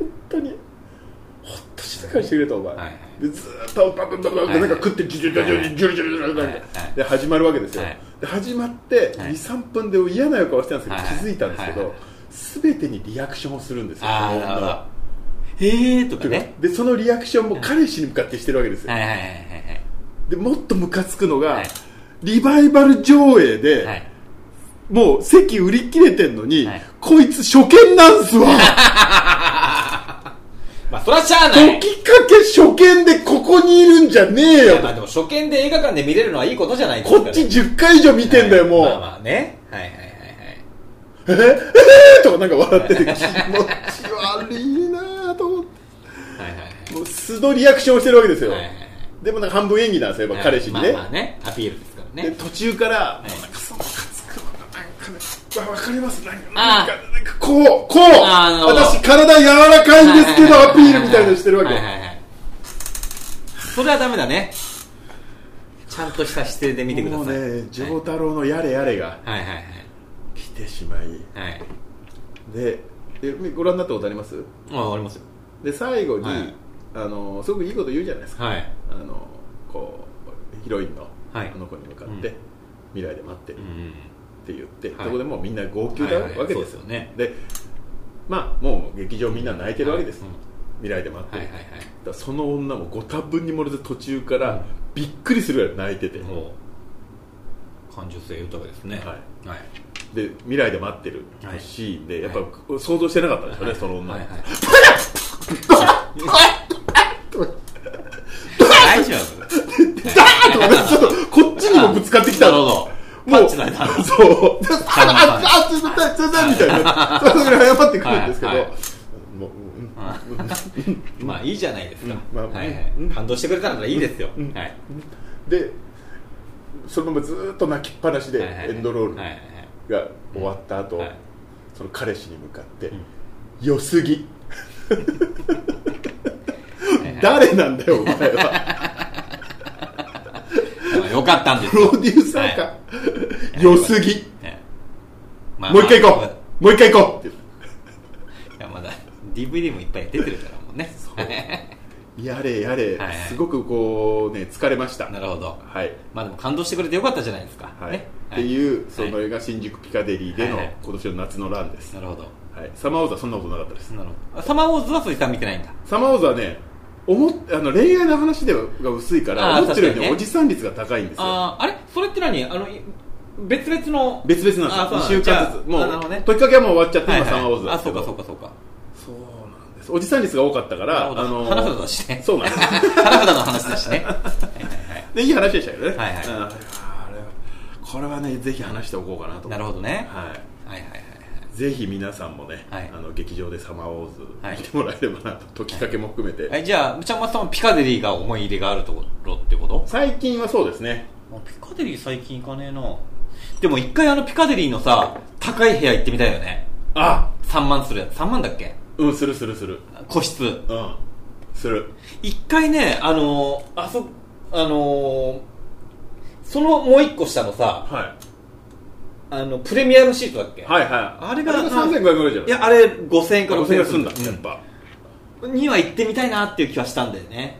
Speaker 1: 本当にほっと静かにしてくれとお前、
Speaker 2: はいはい
Speaker 1: でずーっとバクバクバクってなんか食ってジュジュジュジュジュジュジュジュジュジュ
Speaker 2: はいはい
Speaker 1: で始まるわけですよ、
Speaker 2: はい
Speaker 1: で始まって
Speaker 2: はい
Speaker 1: 23分で嫌な予感をしてたんですけど、
Speaker 2: はいはい
Speaker 1: 気づいたんですけど、
Speaker 2: はいはい
Speaker 1: 全てにリアクションをするんですよ
Speaker 2: ああ
Speaker 1: この
Speaker 2: な
Speaker 1: 女
Speaker 2: るほど
Speaker 1: は
Speaker 2: へえとか
Speaker 1: てか
Speaker 2: ね
Speaker 1: でそのリアクションも彼氏に向かってしてるわけですよ、
Speaker 2: はいはいはい
Speaker 1: でもっとムカつくのが、
Speaker 2: はい
Speaker 1: リバイバル上映で、
Speaker 2: はいはい
Speaker 1: もう席売り切れてんのに、
Speaker 2: はい
Speaker 1: こいつ初見なんすわ
Speaker 2: まあそれはしゃあない
Speaker 1: 時かけ初見でここにいるんじゃねえ
Speaker 2: い
Speaker 1: よ
Speaker 2: やまあでも初見で映画館で見れるのはいいことじゃないです
Speaker 1: こ
Speaker 2: か
Speaker 1: っち10回以上見
Speaker 2: 見
Speaker 1: てんだよ、もう。
Speaker 2: まあまあねはいはいはいはい
Speaker 1: ええーとかなんか笑ってて、気持ち悪いなぁと思っ
Speaker 2: はいはいはい
Speaker 1: て。もう素のリアクションをしてるわけですよ。
Speaker 2: はいはい
Speaker 1: でもなんか半分演技なんですよ、やっぱ彼氏にね。
Speaker 2: まあまあねアピールですから
Speaker 1: で
Speaker 2: ね
Speaker 1: 途中から、
Speaker 2: い
Speaker 1: もうなんかそのムカつくのがなんかね、わわかりますなんか、なん
Speaker 2: あー
Speaker 1: か、なんかこう、こう
Speaker 2: あーなるほど
Speaker 1: 私体柔らかいんですけど、アピールみたいなのしてるわ
Speaker 2: はいはい
Speaker 1: け。
Speaker 2: はいそれはダメだねちゃんとした姿勢で見てくだ
Speaker 1: もう
Speaker 2: さい
Speaker 1: ね、丈太郎のやれやれが
Speaker 2: はいはい
Speaker 1: 来てしまい、
Speaker 2: はいはい
Speaker 1: で、でご覧になったことあります
Speaker 2: あありますよ
Speaker 1: で最後に、
Speaker 2: はい
Speaker 1: あのすごくいいこと言うじゃないですか、
Speaker 2: はい
Speaker 1: あのこうヒロインの、
Speaker 2: はい
Speaker 1: あの子に向かっ
Speaker 2: うん
Speaker 1: て、未来で待ってる
Speaker 2: う
Speaker 1: っ
Speaker 2: ん
Speaker 1: て言って、
Speaker 2: はい
Speaker 1: そこでもうみんな号泣
Speaker 2: はい
Speaker 1: だ
Speaker 2: はいはい
Speaker 1: わけ
Speaker 2: そう
Speaker 1: で
Speaker 2: ですす
Speaker 1: よ
Speaker 2: よね
Speaker 1: でまあもう劇場みんな泣いてるわけです、
Speaker 2: はいうん
Speaker 1: 未来で待って
Speaker 2: は
Speaker 1: る、
Speaker 2: いはい
Speaker 1: だ
Speaker 2: は
Speaker 1: からその女もご多分に漏れず途中からびっくりするぐらい泣いてて、
Speaker 2: いもう感受性豊かですね
Speaker 1: はい
Speaker 2: はい
Speaker 1: で未来で待ってる
Speaker 2: はい
Speaker 1: シーンでやっぱ想像してなかったんでしょうね、その女も、
Speaker 2: はいはい大丈夫
Speaker 1: ダーッとちょっとこっちにもぶつかってきた
Speaker 2: なる
Speaker 1: の
Speaker 2: ほど
Speaker 1: も
Speaker 2: パ
Speaker 1: う
Speaker 2: ッチだな
Speaker 1: そう、であああちょっと待ってちょっと待ってみたいな、それぐらい謝ってくるんですけど
Speaker 2: はいはい、
Speaker 1: もううん
Speaker 2: まあいいじゃないですか、
Speaker 1: うんまあ
Speaker 2: はいはい
Speaker 1: うん
Speaker 2: 感動してくれたならいいですよ、
Speaker 1: うん
Speaker 2: はい
Speaker 1: で、そのままずーっと泣きっぱなしで
Speaker 2: はいはいはい
Speaker 1: エンドロール
Speaker 2: はいは
Speaker 1: が
Speaker 2: い
Speaker 1: 終わった後
Speaker 2: はい
Speaker 1: その彼氏に向かって、良すぎ、
Speaker 2: はい
Speaker 1: 誰なん だよ、お前は、
Speaker 2: まあよかったんです
Speaker 1: プ
Speaker 2: よ
Speaker 1: ロデューサー
Speaker 2: は
Speaker 1: か、良すぎ、
Speaker 2: いはいまあ
Speaker 1: もう一回行こ
Speaker 2: まあ
Speaker 1: う、もう一回行こうって
Speaker 2: いやまだ DVD もいっぱい出てるからもうね
Speaker 1: やれやれ
Speaker 2: はいはい、
Speaker 1: すごくこうね、疲れました。
Speaker 2: なるほど
Speaker 1: はい
Speaker 2: まあでも感動してくれてよかったじゃないですか、
Speaker 1: はい
Speaker 2: ね
Speaker 1: っていう、そ
Speaker 2: は
Speaker 1: の
Speaker 2: い
Speaker 1: 映画「新宿ピカデリー」での
Speaker 2: はいはい
Speaker 1: 今年の夏のランです、
Speaker 2: なるほど
Speaker 1: はい、サマーウォーズはそんなことなかったです
Speaker 2: なるほどサマーウォーズは鈴木さん見てないんだ
Speaker 1: サマーウォーズはね思っあの恋愛の話ではが薄いから
Speaker 2: あー
Speaker 1: 思ってるよりね
Speaker 2: 確かにね
Speaker 1: おじさん率が高いんですよ
Speaker 2: あああれそれって何あのい別々の
Speaker 1: 別々なんですよ2週間ずつも
Speaker 2: も
Speaker 1: う、
Speaker 2: うなるほどね
Speaker 1: 時かけはもう終わっちゃって、
Speaker 2: はい
Speaker 1: 今サマーウォーズ
Speaker 2: は
Speaker 1: なん
Speaker 2: いあ
Speaker 1: ですけ
Speaker 2: そう
Speaker 1: ど
Speaker 2: かそうかそうか
Speaker 1: そうなんですおじさん率が多かったか
Speaker 2: な
Speaker 1: ら
Speaker 2: るほ
Speaker 1: あ
Speaker 2: ど
Speaker 1: の
Speaker 2: 花札だしね
Speaker 1: そうなんです
Speaker 2: 花札の話だしね
Speaker 1: でいい話でしたけどね、
Speaker 2: はいはい
Speaker 1: うんあれはあれはこれはねぜひ話しておこうかなと思って
Speaker 2: なるほどね
Speaker 1: はい
Speaker 2: はいはいはい
Speaker 1: ぜひ皆さんもね、
Speaker 2: はい
Speaker 1: あの劇場でサマーウォ
Speaker 2: は
Speaker 1: ー
Speaker 2: い
Speaker 1: ズ見てもらえればなと、時かけも含めて、
Speaker 2: はいえじゃあちゃんまさんはピカデリーが思い入れがあるところってこと
Speaker 1: 最近はそうですね、
Speaker 2: ピカデリー最近行かねえなでも一回あのピカデリーのさ高い部屋行ってみたいよね
Speaker 1: あ
Speaker 2: 3万するやつ3万だっけ
Speaker 1: うん、するするする、
Speaker 2: 個室
Speaker 1: うん、する、
Speaker 2: 一回ねあのー、あそあのー、そのもう一個下のさ
Speaker 1: は
Speaker 2: あのプレミアムシートだっけ
Speaker 1: い、はいはい、
Speaker 2: あれが
Speaker 1: 3500円ぐらいじゃない
Speaker 2: いやあれ5000円から
Speaker 1: 5000円すんだ、
Speaker 2: う
Speaker 1: やっぱ、
Speaker 2: には行ってみたいなっていう気はしたんだよね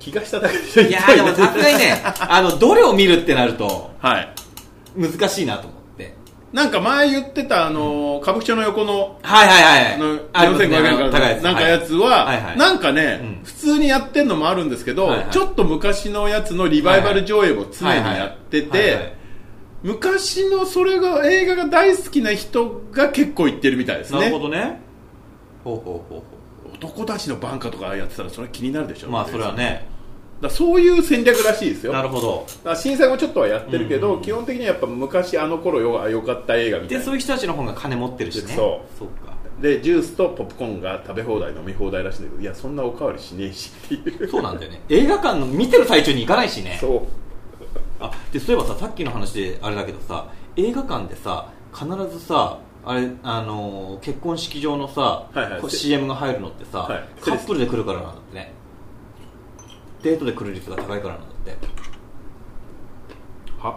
Speaker 1: 気がしただけで
Speaker 2: いやーでも さすがにねあのどれを見るってなると
Speaker 1: はい、
Speaker 2: 難しいなと思って
Speaker 1: なんか前言ってたあの歌舞伎町の横の
Speaker 2: はいはいはい
Speaker 1: あの
Speaker 2: ありますね
Speaker 1: 4500円か
Speaker 2: 高いや
Speaker 1: ら
Speaker 2: つ
Speaker 1: なんかやつ
Speaker 2: はいはい
Speaker 1: は
Speaker 2: はい
Speaker 1: なんかね
Speaker 2: うん
Speaker 1: 普通にやってんのもあるんですけど
Speaker 2: はいはい
Speaker 1: ちょっと昔のやつのリバイバル上映も常にやって
Speaker 2: はいはいはい
Speaker 1: て昔のそれが映画が大好きな人が結構行ってるみたいです
Speaker 2: なるほ
Speaker 1: ね
Speaker 2: どねほうほうほうほ
Speaker 1: 男たちのバンカとかやってたらそれは気になるでしょ
Speaker 2: うまあそれはね
Speaker 1: だからそういう戦略らしいですよ
Speaker 2: なるほど
Speaker 1: だから新作もちょっとはやってるけど、
Speaker 2: うん
Speaker 1: 基本的にはやっぱ昔あの頃よ良かった映画みた
Speaker 2: で
Speaker 1: い
Speaker 2: そ
Speaker 1: な
Speaker 2: ういう人たちの方が金持ってるしね
Speaker 1: そう
Speaker 2: か
Speaker 1: でジュースとポップコーンが食べ放題飲み放題らしいんだけどいやそんなおかわりしねえしっていう
Speaker 2: そうなんだよね映画館の見てる最中に行かないしね
Speaker 1: そう
Speaker 2: あでそういえばささっきの話であれだけどさ映画館でさ必ずさあれあのー結婚式場のさ、
Speaker 1: はいはい
Speaker 2: こう CM が入るのってさ、
Speaker 1: はい
Speaker 2: カップルで来るからなんだってねデートで来る率が高いからなんだって
Speaker 1: は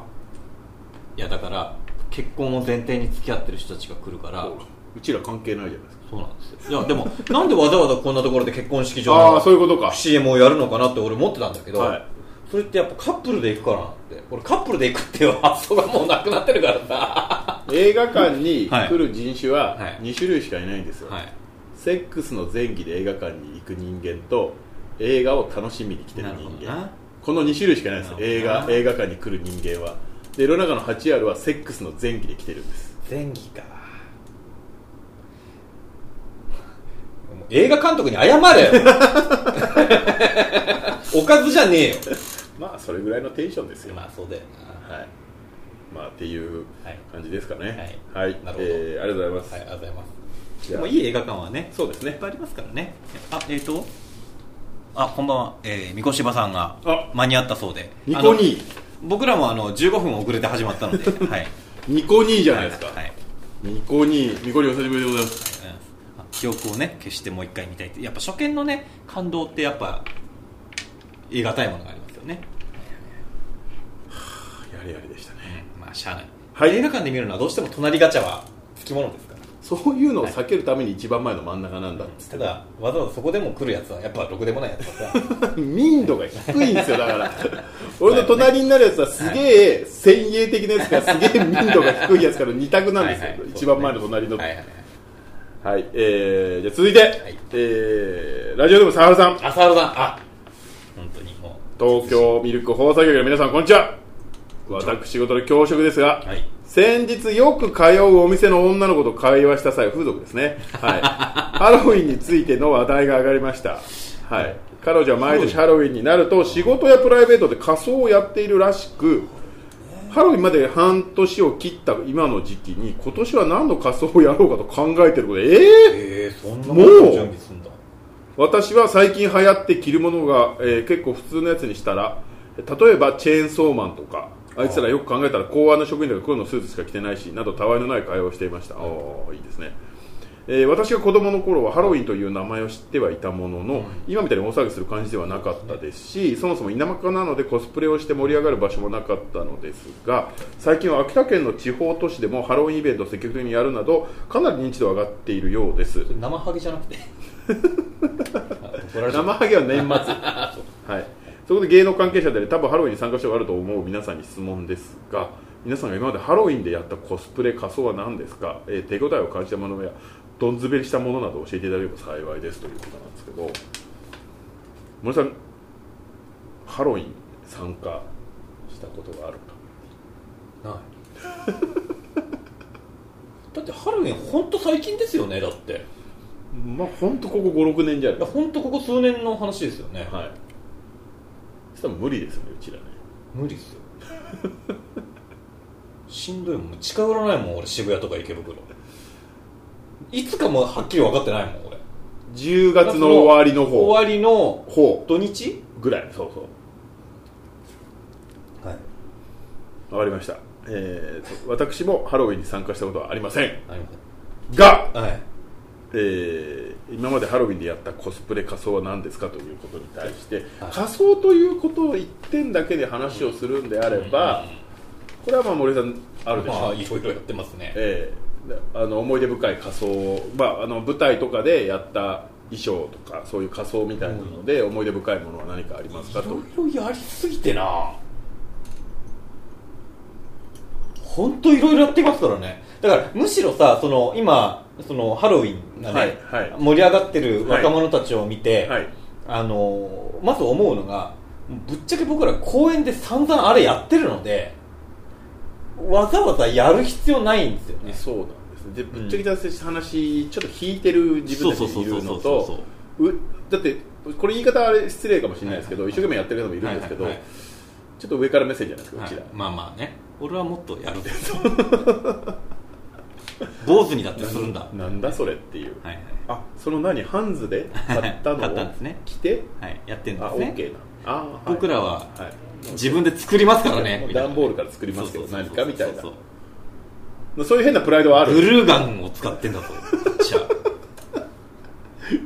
Speaker 1: い
Speaker 2: やだから結婚を前提に付き合ってる人たちが来るから
Speaker 1: うちら関係ないじゃないです
Speaker 2: そうなんですよいやでもなんでわざわざこんなところで結婚式
Speaker 1: か
Speaker 2: 場
Speaker 1: ああー
Speaker 2: の
Speaker 1: そういうことか
Speaker 2: CM をやるのかなって俺思ってたんだけど、
Speaker 1: はい
Speaker 2: それってやっぱカップルで行くからなんだって俺カップルで行くっていう発想がもうなくなってるからさ
Speaker 1: 映画館に
Speaker 2: はい
Speaker 1: 来る人種は
Speaker 2: はい
Speaker 1: 2種類しかいないんですよ、
Speaker 2: はい
Speaker 1: セックスの前儀で映画館に行く人間と映画を楽しみに来てる人
Speaker 2: なるほど
Speaker 1: 間
Speaker 2: な
Speaker 1: この2種類しかないんですよ
Speaker 2: なる
Speaker 1: 映
Speaker 2: ほどな
Speaker 1: 画映画館に来る人間はで世の中の8割はセックスの前儀で来てるんです
Speaker 2: 前儀かもう映画監督に 謝れよおかずじゃねえよ
Speaker 1: まあそれぐらいのテンションですよ、
Speaker 2: まあそうだよな
Speaker 1: はいまあっていう
Speaker 2: はい
Speaker 1: 感じですかね、
Speaker 2: はいなるほど
Speaker 1: えーありがとうございます、
Speaker 2: はいありがとうございます
Speaker 1: じゃあ
Speaker 2: もういい映画館はね
Speaker 1: そうですね
Speaker 2: いっぱいありますからねあえっ、とあこんばんは、えー、みこしばさんが
Speaker 1: あ
Speaker 2: 間に合ったそうで
Speaker 1: ニコニー
Speaker 2: あの僕らもあの15分遅れて始ま ったのではい
Speaker 1: ニコニーじゃないですか、
Speaker 2: はい
Speaker 1: ニコニーニコニーお久しぶりでございます
Speaker 2: うんあ記憶をね消してもう一回見たいってやっぱ初見のね感動ってやっぱ得難いものがありますよね、
Speaker 1: やれやれでしたね
Speaker 2: うんまあしゃあない、
Speaker 1: はい
Speaker 2: 映画館で見るのはどうしても隣ガチャはつきものですから
Speaker 1: そういうのを避けるために一番前の真ん中なんだっつ
Speaker 2: ただわざわざそこでも来るやつはやっぱろくでもないやつだから
Speaker 1: って 民度が低いんですよだから俺の隣になるやつはすげえ先鋭的なやつからすげえ民度が低いやつから二択なんですよ、
Speaker 2: はいはい
Speaker 1: 一番前の隣の
Speaker 2: はいはいはい
Speaker 1: はい、えー、じゃあ続いて、
Speaker 2: い
Speaker 1: えーラジオでも沢原さん
Speaker 2: 浅原さんあ本当にも
Speaker 1: 東京ミルク放送局の皆さんこんにちは私事の教職ですが、
Speaker 2: うはい
Speaker 1: 先日よく通うお店の女の子と会話した際風俗ですね、はい、ハロウィンについての話題が上がりました、はい、彼女は毎年ハロウィンになると仕事やプライベートで仮装をやっているらしくハロウィンまで半年を切った今の時期に今年は何の仮装をやろうかと考えてることでえー、
Speaker 2: えー、そんな
Speaker 1: もう
Speaker 2: 準備すんだ
Speaker 1: 私は最近流行って着るものが、えー結構普通のやつにしたら例えばチェーンソーマンとかあいつらよく考えたら公安の職員とか黒のスーツしか着てないしなどたわいのない会話をしていましたおーいいですね、えー私が子供の頃はハロウィンという名前を知ってはいたものの、今みたいに大騒ぎする感じではなかったですしそもそも田舎なのでコスプレをして盛り上がる場所もなかったのですが最近は秋田県の地方都市でもハロウィンイベントを積極的にやるなどかなり認知度が上がっているようです
Speaker 2: 生ハゲじゃな くてあ怒られちゃ う
Speaker 1: 生ハゲは年末 はいそこで芸能関係者であり多分ハロウィンに参加したことがあると思う皆さんに質問ですが皆さんが今までハロウィンでやったコスプレ仮装は何ですか、えー手応えを感じたものやどんずべりしたものなど教えていただければ幸いですということなんですけど森さんハロウィン参加したことがあるか
Speaker 2: ないだってハロウィン本当最近ですよねだってい
Speaker 1: まあ本当ここ56年じゃない
Speaker 2: や本当ここ数年の話ですよね、
Speaker 1: はいそしたら無理ですよねうちらね
Speaker 2: 無理っすよ しんどいもんもう近寄らないもん俺渋谷とか池袋いつかもうはっきり分かってないもん俺
Speaker 1: 10月の終わりの方
Speaker 2: 終わりの
Speaker 1: 方
Speaker 2: 土日
Speaker 1: ぐらいそうそう
Speaker 2: はい
Speaker 1: わかりました、えーと、私もハロウィンに参加したことはありません
Speaker 2: あり
Speaker 1: が、
Speaker 2: ませんはい
Speaker 1: えー今までハロウィンでやったコスプレ仮装は何ですかということに対して、
Speaker 2: はい
Speaker 1: 仮装ということを一点だけで話をするんであれば、これはまあ森さんあるでしょう、
Speaker 2: まあいろいろやってますね
Speaker 1: えーであの思い出深い仮装を、まあ、あの舞台とかでやった衣装とかそういう仮装みたいなので、思い出深いものは何かありますかと
Speaker 2: いろいろやりすぎてな本当いろいろやってますからねだからむしろさその今そのハロウィンがね、
Speaker 1: はいはい
Speaker 2: 盛り上がってる若者たちを見て、
Speaker 1: はい
Speaker 2: あのまず思うのがぶっちゃけ僕ら公園で散々あれやってるのでわざわざやる必要ないんですよね
Speaker 1: そうなんですねでぶっちゃけた話ちょっと引いてる自分たちにいるの
Speaker 2: そうそうそうそう
Speaker 1: とうだってこれ言い方あれ失礼かもしれないですけど、一生懸命やってる方もいるんですけど、
Speaker 2: はいはい
Speaker 1: ちょっと上から目線じゃないですか、
Speaker 2: は
Speaker 1: うち
Speaker 2: い
Speaker 1: ら、
Speaker 2: まあまあね俺はもっとやるで 坊主にだってするんだはい
Speaker 1: なんだそれっていう、
Speaker 2: はい
Speaker 1: あその何ハンズで買ったの
Speaker 2: 買った
Speaker 1: を
Speaker 2: んですね
Speaker 1: 着て
Speaker 2: はいやってるんで
Speaker 1: あ
Speaker 2: す
Speaker 1: オ
Speaker 2: ね
Speaker 1: ッケーなあー、はい
Speaker 2: 僕らは
Speaker 1: はい
Speaker 2: 自分で作りますからね
Speaker 1: もう
Speaker 2: みたいな
Speaker 1: 段ボールから作りますけど
Speaker 2: そうそうそう
Speaker 1: 何かみたいな
Speaker 2: そうそう
Speaker 1: そういう変なプライドはあ
Speaker 2: グ
Speaker 1: る
Speaker 2: ルーガンを使ってんだぞじゃ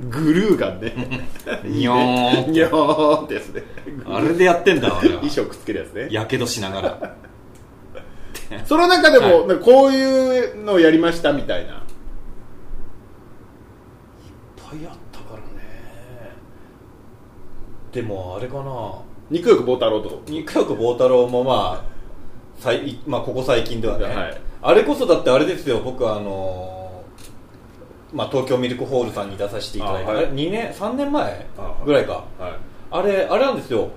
Speaker 1: グルーガン ね
Speaker 2: あにょーん
Speaker 1: にょーんってやつね
Speaker 2: あれでやってんだ俺は
Speaker 1: 衣装くっつけるやつね
Speaker 2: やけどしながら
Speaker 1: その中でも、
Speaker 2: はい
Speaker 1: なんかこういうのをやりましたみたいな
Speaker 2: ぱいあったからねでもあれかな
Speaker 1: 肉よく棒太郎とか
Speaker 2: 肉欲棒太郎もまあさい、まあ、ここ最近ではね、
Speaker 1: はい
Speaker 2: あれこそだってあれですよ僕はあのーまあ、東京ミルクホールさんに出させていただいて
Speaker 1: あ
Speaker 2: あ、
Speaker 1: はい
Speaker 2: れ2年3年前
Speaker 1: あはい
Speaker 2: ぐらいか
Speaker 1: はい
Speaker 2: あれあれなんですよ、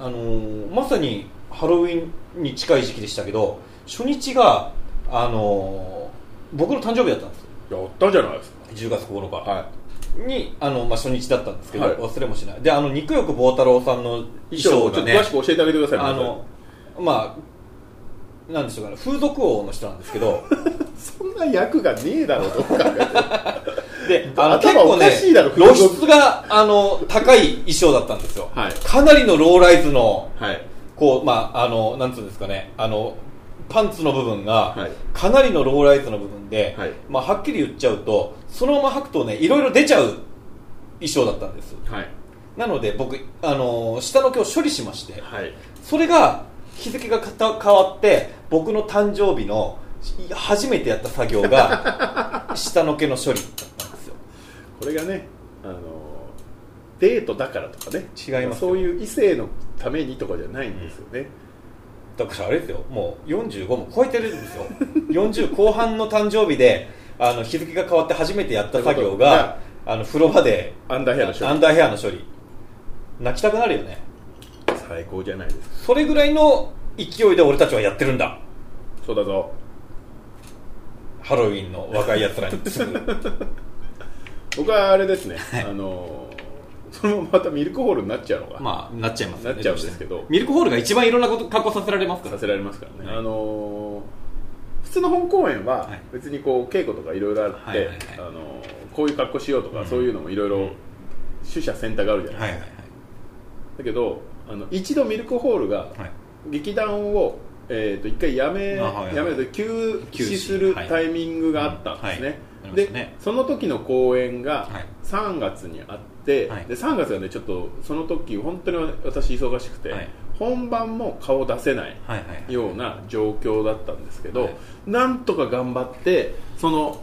Speaker 2: あのーまさにハロウィンに近い時期でしたけど初日が、あのー僕の誕生日だったんですよ
Speaker 1: やったじゃないです
Speaker 2: 10月9日、
Speaker 1: かは
Speaker 2: にあの、まあ、初日だったんですけど、
Speaker 1: はい
Speaker 2: 忘れもしないであの肉欲棒太郎さんの
Speaker 1: い衣
Speaker 2: 衣
Speaker 1: 装
Speaker 2: 装
Speaker 1: をちょ
Speaker 2: が
Speaker 1: っと
Speaker 2: ね
Speaker 1: 詳しく教えてあげてください
Speaker 2: あのまあなんでしょうかね風俗王の人なんです けど
Speaker 1: そんな役がねえだろうとか
Speaker 2: であの結
Speaker 1: 頭
Speaker 2: 構
Speaker 1: おか
Speaker 2: ね
Speaker 1: しいだろ風
Speaker 2: 露
Speaker 1: 俗
Speaker 2: 出があの高い衣装だったんですよ、
Speaker 1: はい
Speaker 2: かなりのローライズの
Speaker 1: はい
Speaker 2: こうまああのなんつうんですかねあのパンツの部分が、
Speaker 1: はい
Speaker 2: かなりのローライズの部分で、
Speaker 1: はい
Speaker 2: まあ、はっきり言っちゃうとそのまま履くとねいろいろ出ちゃう衣装だったんです
Speaker 1: はい
Speaker 2: なので僕あの下の毛を処理しまして、
Speaker 1: はい
Speaker 2: それが日付がかた変わって僕の誕生日のい初めてやった作業 が下の毛の処理だったんですよ
Speaker 1: これがねあのデートだからとかね
Speaker 2: 違いますよ
Speaker 1: そういう異性のためにとかじゃないんですよね、
Speaker 2: だからあれですよもう45も超えてるんですよ40後半の誕生日であの日付が変わって初めてやった作業があの風呂場で
Speaker 1: アンダーヘアの処理
Speaker 2: アンダーヘアの処理泣きたくなるよね
Speaker 1: 最高じゃないですか
Speaker 2: それぐらいの勢いで俺たちはやってるんだ
Speaker 1: そうだぞ
Speaker 2: ハロウィンの若いやつらに次ぐ
Speaker 1: 僕はあれですねあのそのまたミルクホールになっちゃうのが、
Speaker 2: まあなっちゃいますよね
Speaker 1: なっちゃうんですけど
Speaker 2: うしてもミルクホールが一番いろんなこと加工させられますから
Speaker 1: させられますからね、
Speaker 2: はい
Speaker 1: あの普通の本公演は
Speaker 2: はい
Speaker 1: 別にこう稽古とかいろいろあって、
Speaker 2: はいはいはい
Speaker 1: あのこういう格好しようとか、
Speaker 2: うん
Speaker 1: そういうのもいろいろ取捨選択があるじゃない、
Speaker 2: はいはいはい
Speaker 1: だけどあの一度ミルクホールが
Speaker 2: はい
Speaker 1: 劇団を、えー、と一回やめ,、
Speaker 2: あはいはい
Speaker 1: やめると休
Speaker 2: 休
Speaker 1: 止
Speaker 2: 止
Speaker 1: するタイミングがあったんですね、
Speaker 2: はいうんはいありました
Speaker 1: で
Speaker 2: ね
Speaker 1: その時の公演が
Speaker 2: はい
Speaker 1: 3月にあって、
Speaker 2: はい
Speaker 1: で3月はねちょっとその時本当に私忙しくて、
Speaker 2: はい
Speaker 1: 本番も顔出せない
Speaker 2: はいはい
Speaker 1: ような状況だったんですけど、
Speaker 2: はい
Speaker 1: なんとか頑張ってその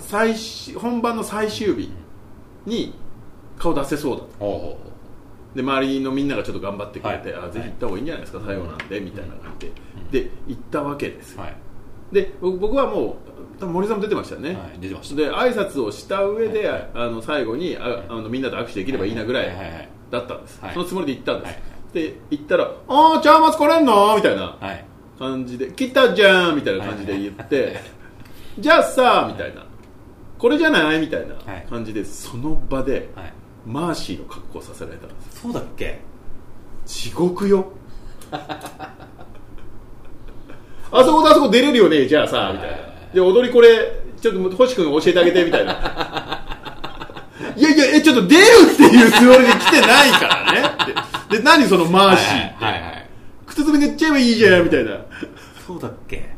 Speaker 1: 最終本番の最終日に顔出せそうだと
Speaker 2: お
Speaker 1: で周りのみんながちょっと頑張ってくれて、
Speaker 2: はい
Speaker 1: あぜひ行った方がいいんじゃないですか、最後なんでみたいな感じで、で行ったわけですよ、
Speaker 2: はい
Speaker 1: で僕僕はもう多分森さんも出てましたよね、
Speaker 2: はい出てました
Speaker 1: で挨拶をした上で、あの最後にああのみんなと握手できればいいなぐらい
Speaker 2: はいはいはい
Speaker 1: だったんです、
Speaker 2: はい
Speaker 1: そのつもりで行ったんです、
Speaker 2: はい
Speaker 1: で行ったら「ああチャーマツ来れんの?」みたいな
Speaker 2: はい
Speaker 1: 感じで「来たじゃん」みたいな感じで言って「じゃあさ」みたいな「これじゃない?」みたいな感じで、その場で
Speaker 2: はい
Speaker 1: マーシーの格好をさせられたんです
Speaker 2: そうだっけ
Speaker 1: 地獄 よあそことあそこ出れるよねじゃあさみたいなで踊りこれちょっと星君教えてあげてみたい ないやいやえちょっと出るっていうつもりで来てないからねってで何そのマーシーって、
Speaker 2: はいはい
Speaker 1: 靴爪塗っちゃえばいいじゃんみたいな
Speaker 2: そうだっけ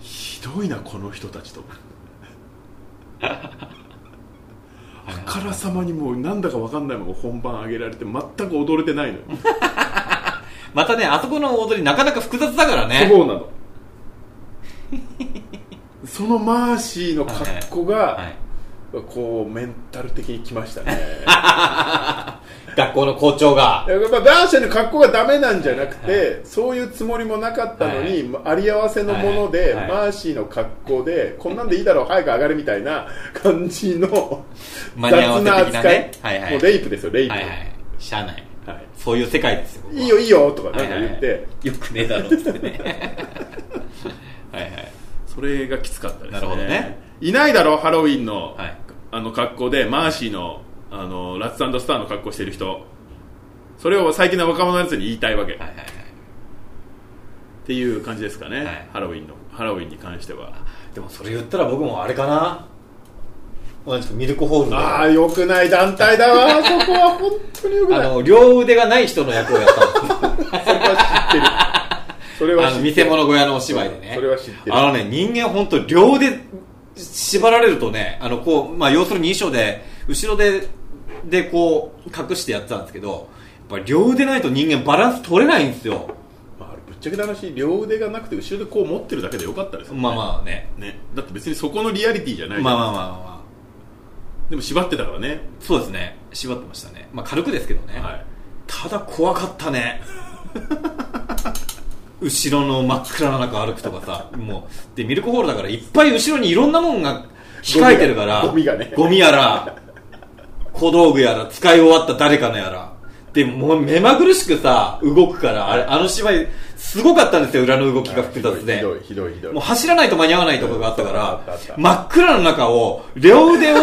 Speaker 1: ひどいなこの人た ちとあからさまにもうなんだかわかんないまま本番上げられて全く踊れてないのよ
Speaker 2: またねあそこの踊りなかなか複雑だからね
Speaker 1: そうなのそのマーシーの格好が、
Speaker 2: はい
Speaker 1: こうメンタル的にきましたね
Speaker 2: 学校の校長が。
Speaker 1: やっぱダーシャの格好がダメなんじゃなくて、そういうつもりもなかったのに、あり合わせのもので、
Speaker 2: はい
Speaker 1: マーシーの格好でこんなんでいいだろう早く上がるみたいな感じの
Speaker 2: 間に合わせ的なねはいはい
Speaker 1: もうレイプですよレイプ、
Speaker 2: はいはい。社内。
Speaker 1: はい
Speaker 2: そういう世界ですよ。ここはい
Speaker 1: いよいいよとかなんか言って、
Speaker 2: はいはいよくねえだろうっつってね。 はいはい。
Speaker 1: それがきつかったですね
Speaker 2: なるほどね
Speaker 1: いないだろハロウィンの,、
Speaker 2: はい
Speaker 1: あの格好でマーシーのあのラッツスターの格好してる人それを最近の若者のやつに言いたいわけ、
Speaker 2: はいはいはい。
Speaker 1: っていう感じですかね、
Speaker 2: はい
Speaker 1: ハロウィンのハロウィンに関しては
Speaker 2: でもそれ言ったら僕もあれかな。同じくミルクホールで。
Speaker 1: ああよくない団体だ わそこは本当によく
Speaker 2: あ
Speaker 1: ない
Speaker 2: の、両腕がない人の役をやったんです
Speaker 1: そ
Speaker 2: よ
Speaker 1: れは 知ってるそれは
Speaker 2: あ
Speaker 1: 知って
Speaker 2: の、
Speaker 1: る
Speaker 2: 見せ物小屋のお芝居でね。
Speaker 1: それは知ってる
Speaker 2: あのね、人間本当両腕縛られるとね、あの、こう、まあ、要するに衣装で、後ろで、で、こう、隠してやってたんですけど、やっぱ両腕ないと人間バランス取れないんですよ。
Speaker 1: まあ、あれぶっちゃけた話両腕がなくて後ろでこう持ってるだけでよかったですよね,、
Speaker 2: まあまあね。
Speaker 1: ねだって別にそこのリアリティじゃないじ
Speaker 2: ま
Speaker 1: ゃ
Speaker 2: あ
Speaker 1: ん
Speaker 2: まあまあまあまあ。
Speaker 1: でも縛ってたからね
Speaker 2: そうですね。縛ってましたね。まあ軽くですけどね。
Speaker 1: はい
Speaker 2: ただ怖かったね。 後ろの真っ暗な中歩くとかさ、もう、で、ミルクホールだからいっぱい後ろにいろんなもんが控えてるから、
Speaker 1: ゴミがね
Speaker 2: ゴミやら、小道具やら、使い終わった誰かのやら。で、もう目まぐるしくさ、動くから、あれ、あの芝居、すごかったんですよ、裏の動きが複雑で。
Speaker 1: ひどいひどいひどい
Speaker 2: もう走らないと間に合わないとかがあったか
Speaker 1: あったあった
Speaker 2: ら、真っ暗の中を、両腕をし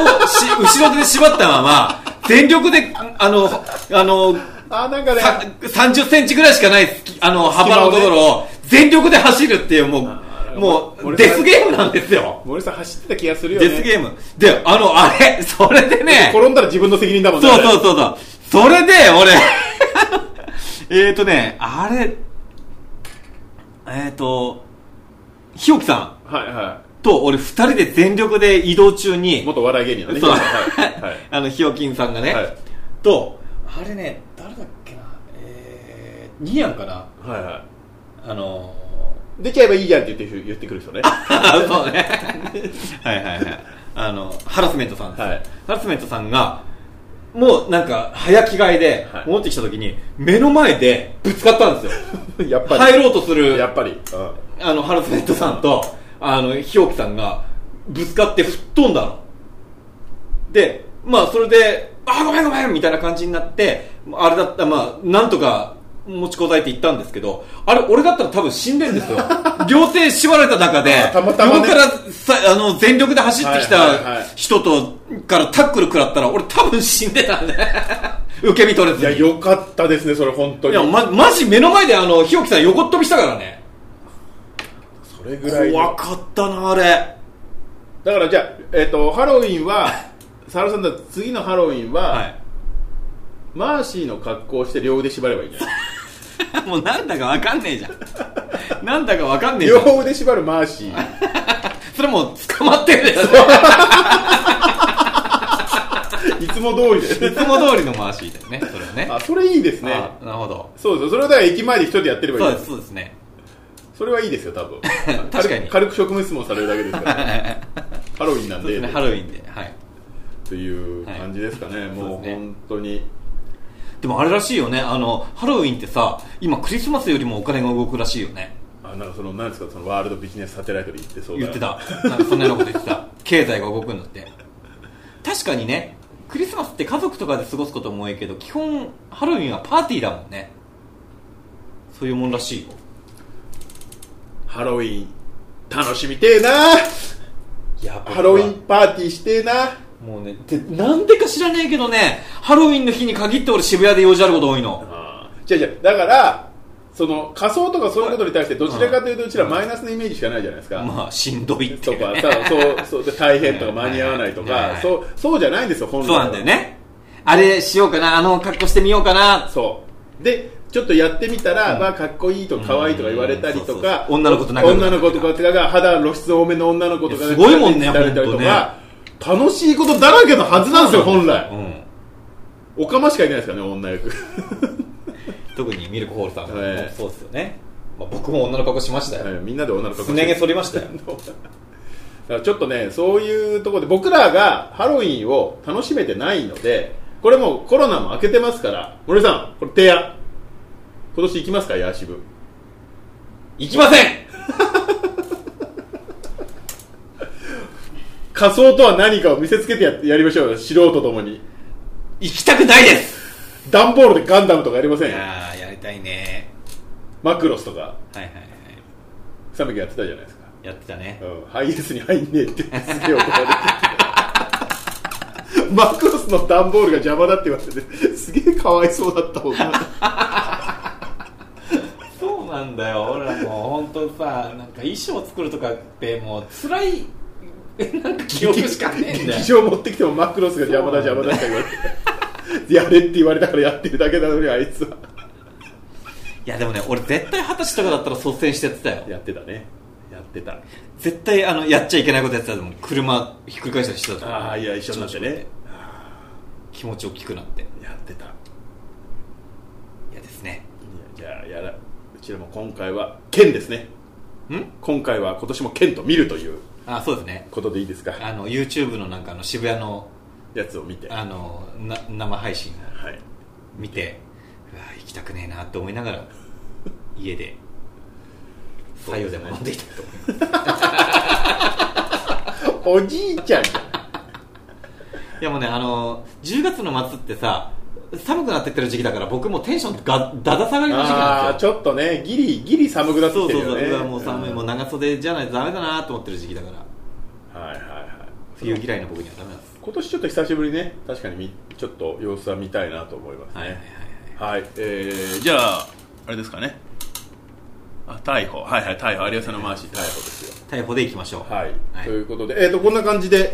Speaker 2: 後ろ手で縛ったまま、全力で、あの、あの、
Speaker 1: あーなんかね
Speaker 2: さ30センチぐらいしかないすき、あの、幅のところを、全力で走るっていう、も
Speaker 1: あー
Speaker 2: う、も
Speaker 1: 俺
Speaker 2: う、デスゲームなんですよ。
Speaker 1: 森さん走ってた気がするよね
Speaker 2: デスゲーム。で、あの、あれ、それでね、
Speaker 1: 転んだら自分の責任だもんね
Speaker 2: そう
Speaker 1: あれ
Speaker 2: そうそうそう。それで、俺、 えーとね、あれ、えーと、ひよきさん。
Speaker 1: はいは
Speaker 2: と、俺二人で全力で移動中
Speaker 1: い
Speaker 2: に、
Speaker 1: 元お笑い芸人だね
Speaker 2: そう
Speaker 1: はいはい
Speaker 2: あの、ひよきんさんがね、
Speaker 1: はい
Speaker 2: と、あれね、誰だっけな、えー、ニヤンかな
Speaker 1: はいは
Speaker 2: あの
Speaker 1: いできればいいじゃんって言って言ってくる人ね
Speaker 2: ー、そうね。はいはいはい。あの、ハラスメントさんです、
Speaker 1: はい
Speaker 2: ハラスメントさんが、もうなんか、早着替えで
Speaker 1: はい
Speaker 2: 戻ってきた時に、目の前でぶつかったんですよ。
Speaker 1: やっぱり
Speaker 2: 入ろうとする
Speaker 1: やっぱり、うん
Speaker 2: あの、ハラスメントさんと、あの、ひよきさんが、ぶつかって吹っ飛んだの。で、まあ、それで、あ、ごめんごめんみたいな感じになって、あれだった、まあ、なんとか、持ちこたえて行ったんですけど、あれ、俺だったら多分死んでるん ですよ。両手縛られた中で、
Speaker 1: たまたまね
Speaker 2: 横からさあの全力で走ってき
Speaker 1: はいはいはい
Speaker 2: た人と、からタックル食らったら、俺多分死んでたんで、 受け身取れ
Speaker 1: い
Speaker 2: ず
Speaker 1: や
Speaker 2: に。
Speaker 1: よかったですねそれ本当
Speaker 2: いや、
Speaker 1: に
Speaker 2: ま、マジ目の前であの、ひよきさん横っ飛びしたからね。
Speaker 1: それぐらいの
Speaker 2: 怖かったな、あれ。
Speaker 1: だからじゃあ、えっとハロウィンはサラさんだ次のハロウィンは、
Speaker 2: はい。
Speaker 1: マーシーの格好をして両腕縛ればいいんじゃない
Speaker 2: もうなんだかわかんねえじゃん。 なんだかわかんねえじゃん。
Speaker 1: 両腕縛るマーシー
Speaker 2: それもう捕まってるやつ。
Speaker 1: いつも通り
Speaker 2: い
Speaker 1: で
Speaker 2: つも通りの回しみたいなね。それはね。
Speaker 1: あそれいいですね
Speaker 2: あなるほど。
Speaker 1: そうですそれをだから駅前で一人でやってれば
Speaker 2: そ
Speaker 1: いうい
Speaker 2: です、そうですね。
Speaker 1: それはいいですよ多分
Speaker 2: 確か
Speaker 1: 軽
Speaker 2: に
Speaker 1: く軽く職務質問されるだけですから、ハロウィンなん
Speaker 2: そう
Speaker 1: で
Speaker 2: ですね、ハロウィンで。はい。
Speaker 1: という感じですかね、も
Speaker 2: そう
Speaker 1: う
Speaker 2: ですね
Speaker 1: 本当に
Speaker 2: でもあれらしいよね。あの、ハロウィンってさ、今クリスマスよりもお金が動くらしいよね。
Speaker 1: あなんかそのなんですかそのワールドビジネスサテライトで言ってそうだ
Speaker 2: 言ってた。なんかそんなようなこと言っ てた。経済が動くんだって。確かにね、クリスマスって家族とかで過ごすことも多いけど、基本、ハロウィンはパーティーだもんね。そういうもんらしいよ。
Speaker 1: ハロウィン楽しみてえな
Speaker 2: や
Speaker 1: ハロウィンパーティーしてえな
Speaker 2: もうね、で、なんでか知らねえけどね、ハロウィンの日に限って俺渋谷で用事あること多いの。
Speaker 1: じゃじゃだからその仮装とかそういうことに対してどちらかというとうちらマイナスのイメージしかないじゃないですか、
Speaker 2: まあ、しんどいって
Speaker 1: と
Speaker 2: いうね、
Speaker 1: かさそうそうで大変とか
Speaker 2: はい
Speaker 1: 間に合わないと
Speaker 2: はい
Speaker 1: か
Speaker 2: はい
Speaker 1: そうそうじゃないんですよ本来
Speaker 2: そうなんだよね。あれしようかな、あの格好してみようかな。
Speaker 1: そうでちょっとやってみたら、まあ、かっこいいとか可愛いとか言われたりと
Speaker 2: うんそうそう
Speaker 1: か、
Speaker 2: そう女の子と仲良くな
Speaker 1: 女
Speaker 2: った
Speaker 1: の
Speaker 2: りとか
Speaker 1: 子とかが肌露出多めの女の子とか
Speaker 2: いやすごいもんね
Speaker 1: やったりと
Speaker 2: ほんとね
Speaker 1: か、楽しいことだらけのはずなんですよ本
Speaker 2: う
Speaker 1: 来
Speaker 2: ん。
Speaker 1: おかましかいないですからね女役
Speaker 2: 特にミルクホールさんも
Speaker 1: はい
Speaker 2: そうですよね。まあ、僕も女の格好しましたよ。
Speaker 1: はいみんなで女の子
Speaker 2: すね毛剃りましたよ。
Speaker 1: だからちょっとねそういうところで僕らがハロウィンを楽しめてないのでこれもうコロナも明けてますから森さんこれ提案今年行きますかヤーシブ
Speaker 2: 行きません
Speaker 1: 仮想とは何かを見せつけてややりましょうよ素人ともに
Speaker 2: 行きたくないです
Speaker 1: 段ボールでガンダムとかやりませんよ
Speaker 2: ああやりたいね
Speaker 1: マクロスとか
Speaker 2: はいはいはい
Speaker 1: 草薙やってたじゃないですか、
Speaker 2: やってたね
Speaker 1: うん、ハイエースに入んねえってすげえ怒られててマクロスの段ボールが邪魔だって言われててすげえかわいそうだったもんな
Speaker 2: そうなんだよ俺らもう本当さなんか衣装作るとかってもう辛いなんか記憶しかねえんだ
Speaker 1: 劇
Speaker 2: よ
Speaker 1: 場持ってきてもマクロスが邪魔だ邪魔だって言われてやれって言われたからやってるだけなのにあいつはい
Speaker 2: やでもね俺絶対二十歳とかだったら率先してやってたよ
Speaker 1: やってたねやってた
Speaker 2: 絶対あのやっちゃいけないことやってたと思う車ひっくり返したりしてたと思う
Speaker 1: ああいや一緒になってね
Speaker 2: 気持ち大きくなって
Speaker 1: やってたいや
Speaker 2: 嫌ですね
Speaker 1: じゃあやらうちらも今回は剣ですね
Speaker 2: ん
Speaker 1: 今回は今年も剣と見るという
Speaker 2: あそうですね
Speaker 1: ことでいいですか
Speaker 2: あの YouTube のなんかあの渋谷の
Speaker 1: やつを見ては
Speaker 2: あのな生配信
Speaker 1: い
Speaker 2: 見てうわ行きたくねえなって思いなが ら家で
Speaker 1: そう
Speaker 2: 左
Speaker 1: です
Speaker 2: 右で
Speaker 1: ね
Speaker 2: も飲んでいたと思います
Speaker 1: おじいちゃん
Speaker 2: いやもうねあの10月の末ってさ寒くなってってる時期だから僕もテンションがだだ下がりの時期
Speaker 1: あ
Speaker 2: な
Speaker 1: あ
Speaker 2: んです
Speaker 1: ち
Speaker 2: よ
Speaker 1: ょっとねギリギリ寒くなって
Speaker 2: そ
Speaker 1: き
Speaker 2: う
Speaker 1: てる
Speaker 2: そ
Speaker 1: よ
Speaker 2: うそう
Speaker 1: ね
Speaker 2: うわもう寒いもう
Speaker 1: はい
Speaker 2: 長袖じゃないとダメだなと思ってる時期だから
Speaker 1: はいはい
Speaker 2: 冬嫌いの僕にはダメなんです
Speaker 1: 今年ちょっと久しぶりね確かにみちょっと様子は見たいなと思います
Speaker 2: はいはいは
Speaker 1: ね
Speaker 2: い
Speaker 1: はい、えー、じゃああれですかねあ逮捕はいはい逮捕有吉さんの回し逮捕ですよ
Speaker 2: 逮捕で行きましょう
Speaker 1: はい、
Speaker 2: はい
Speaker 1: ということでえっ、ー、とこんな感じで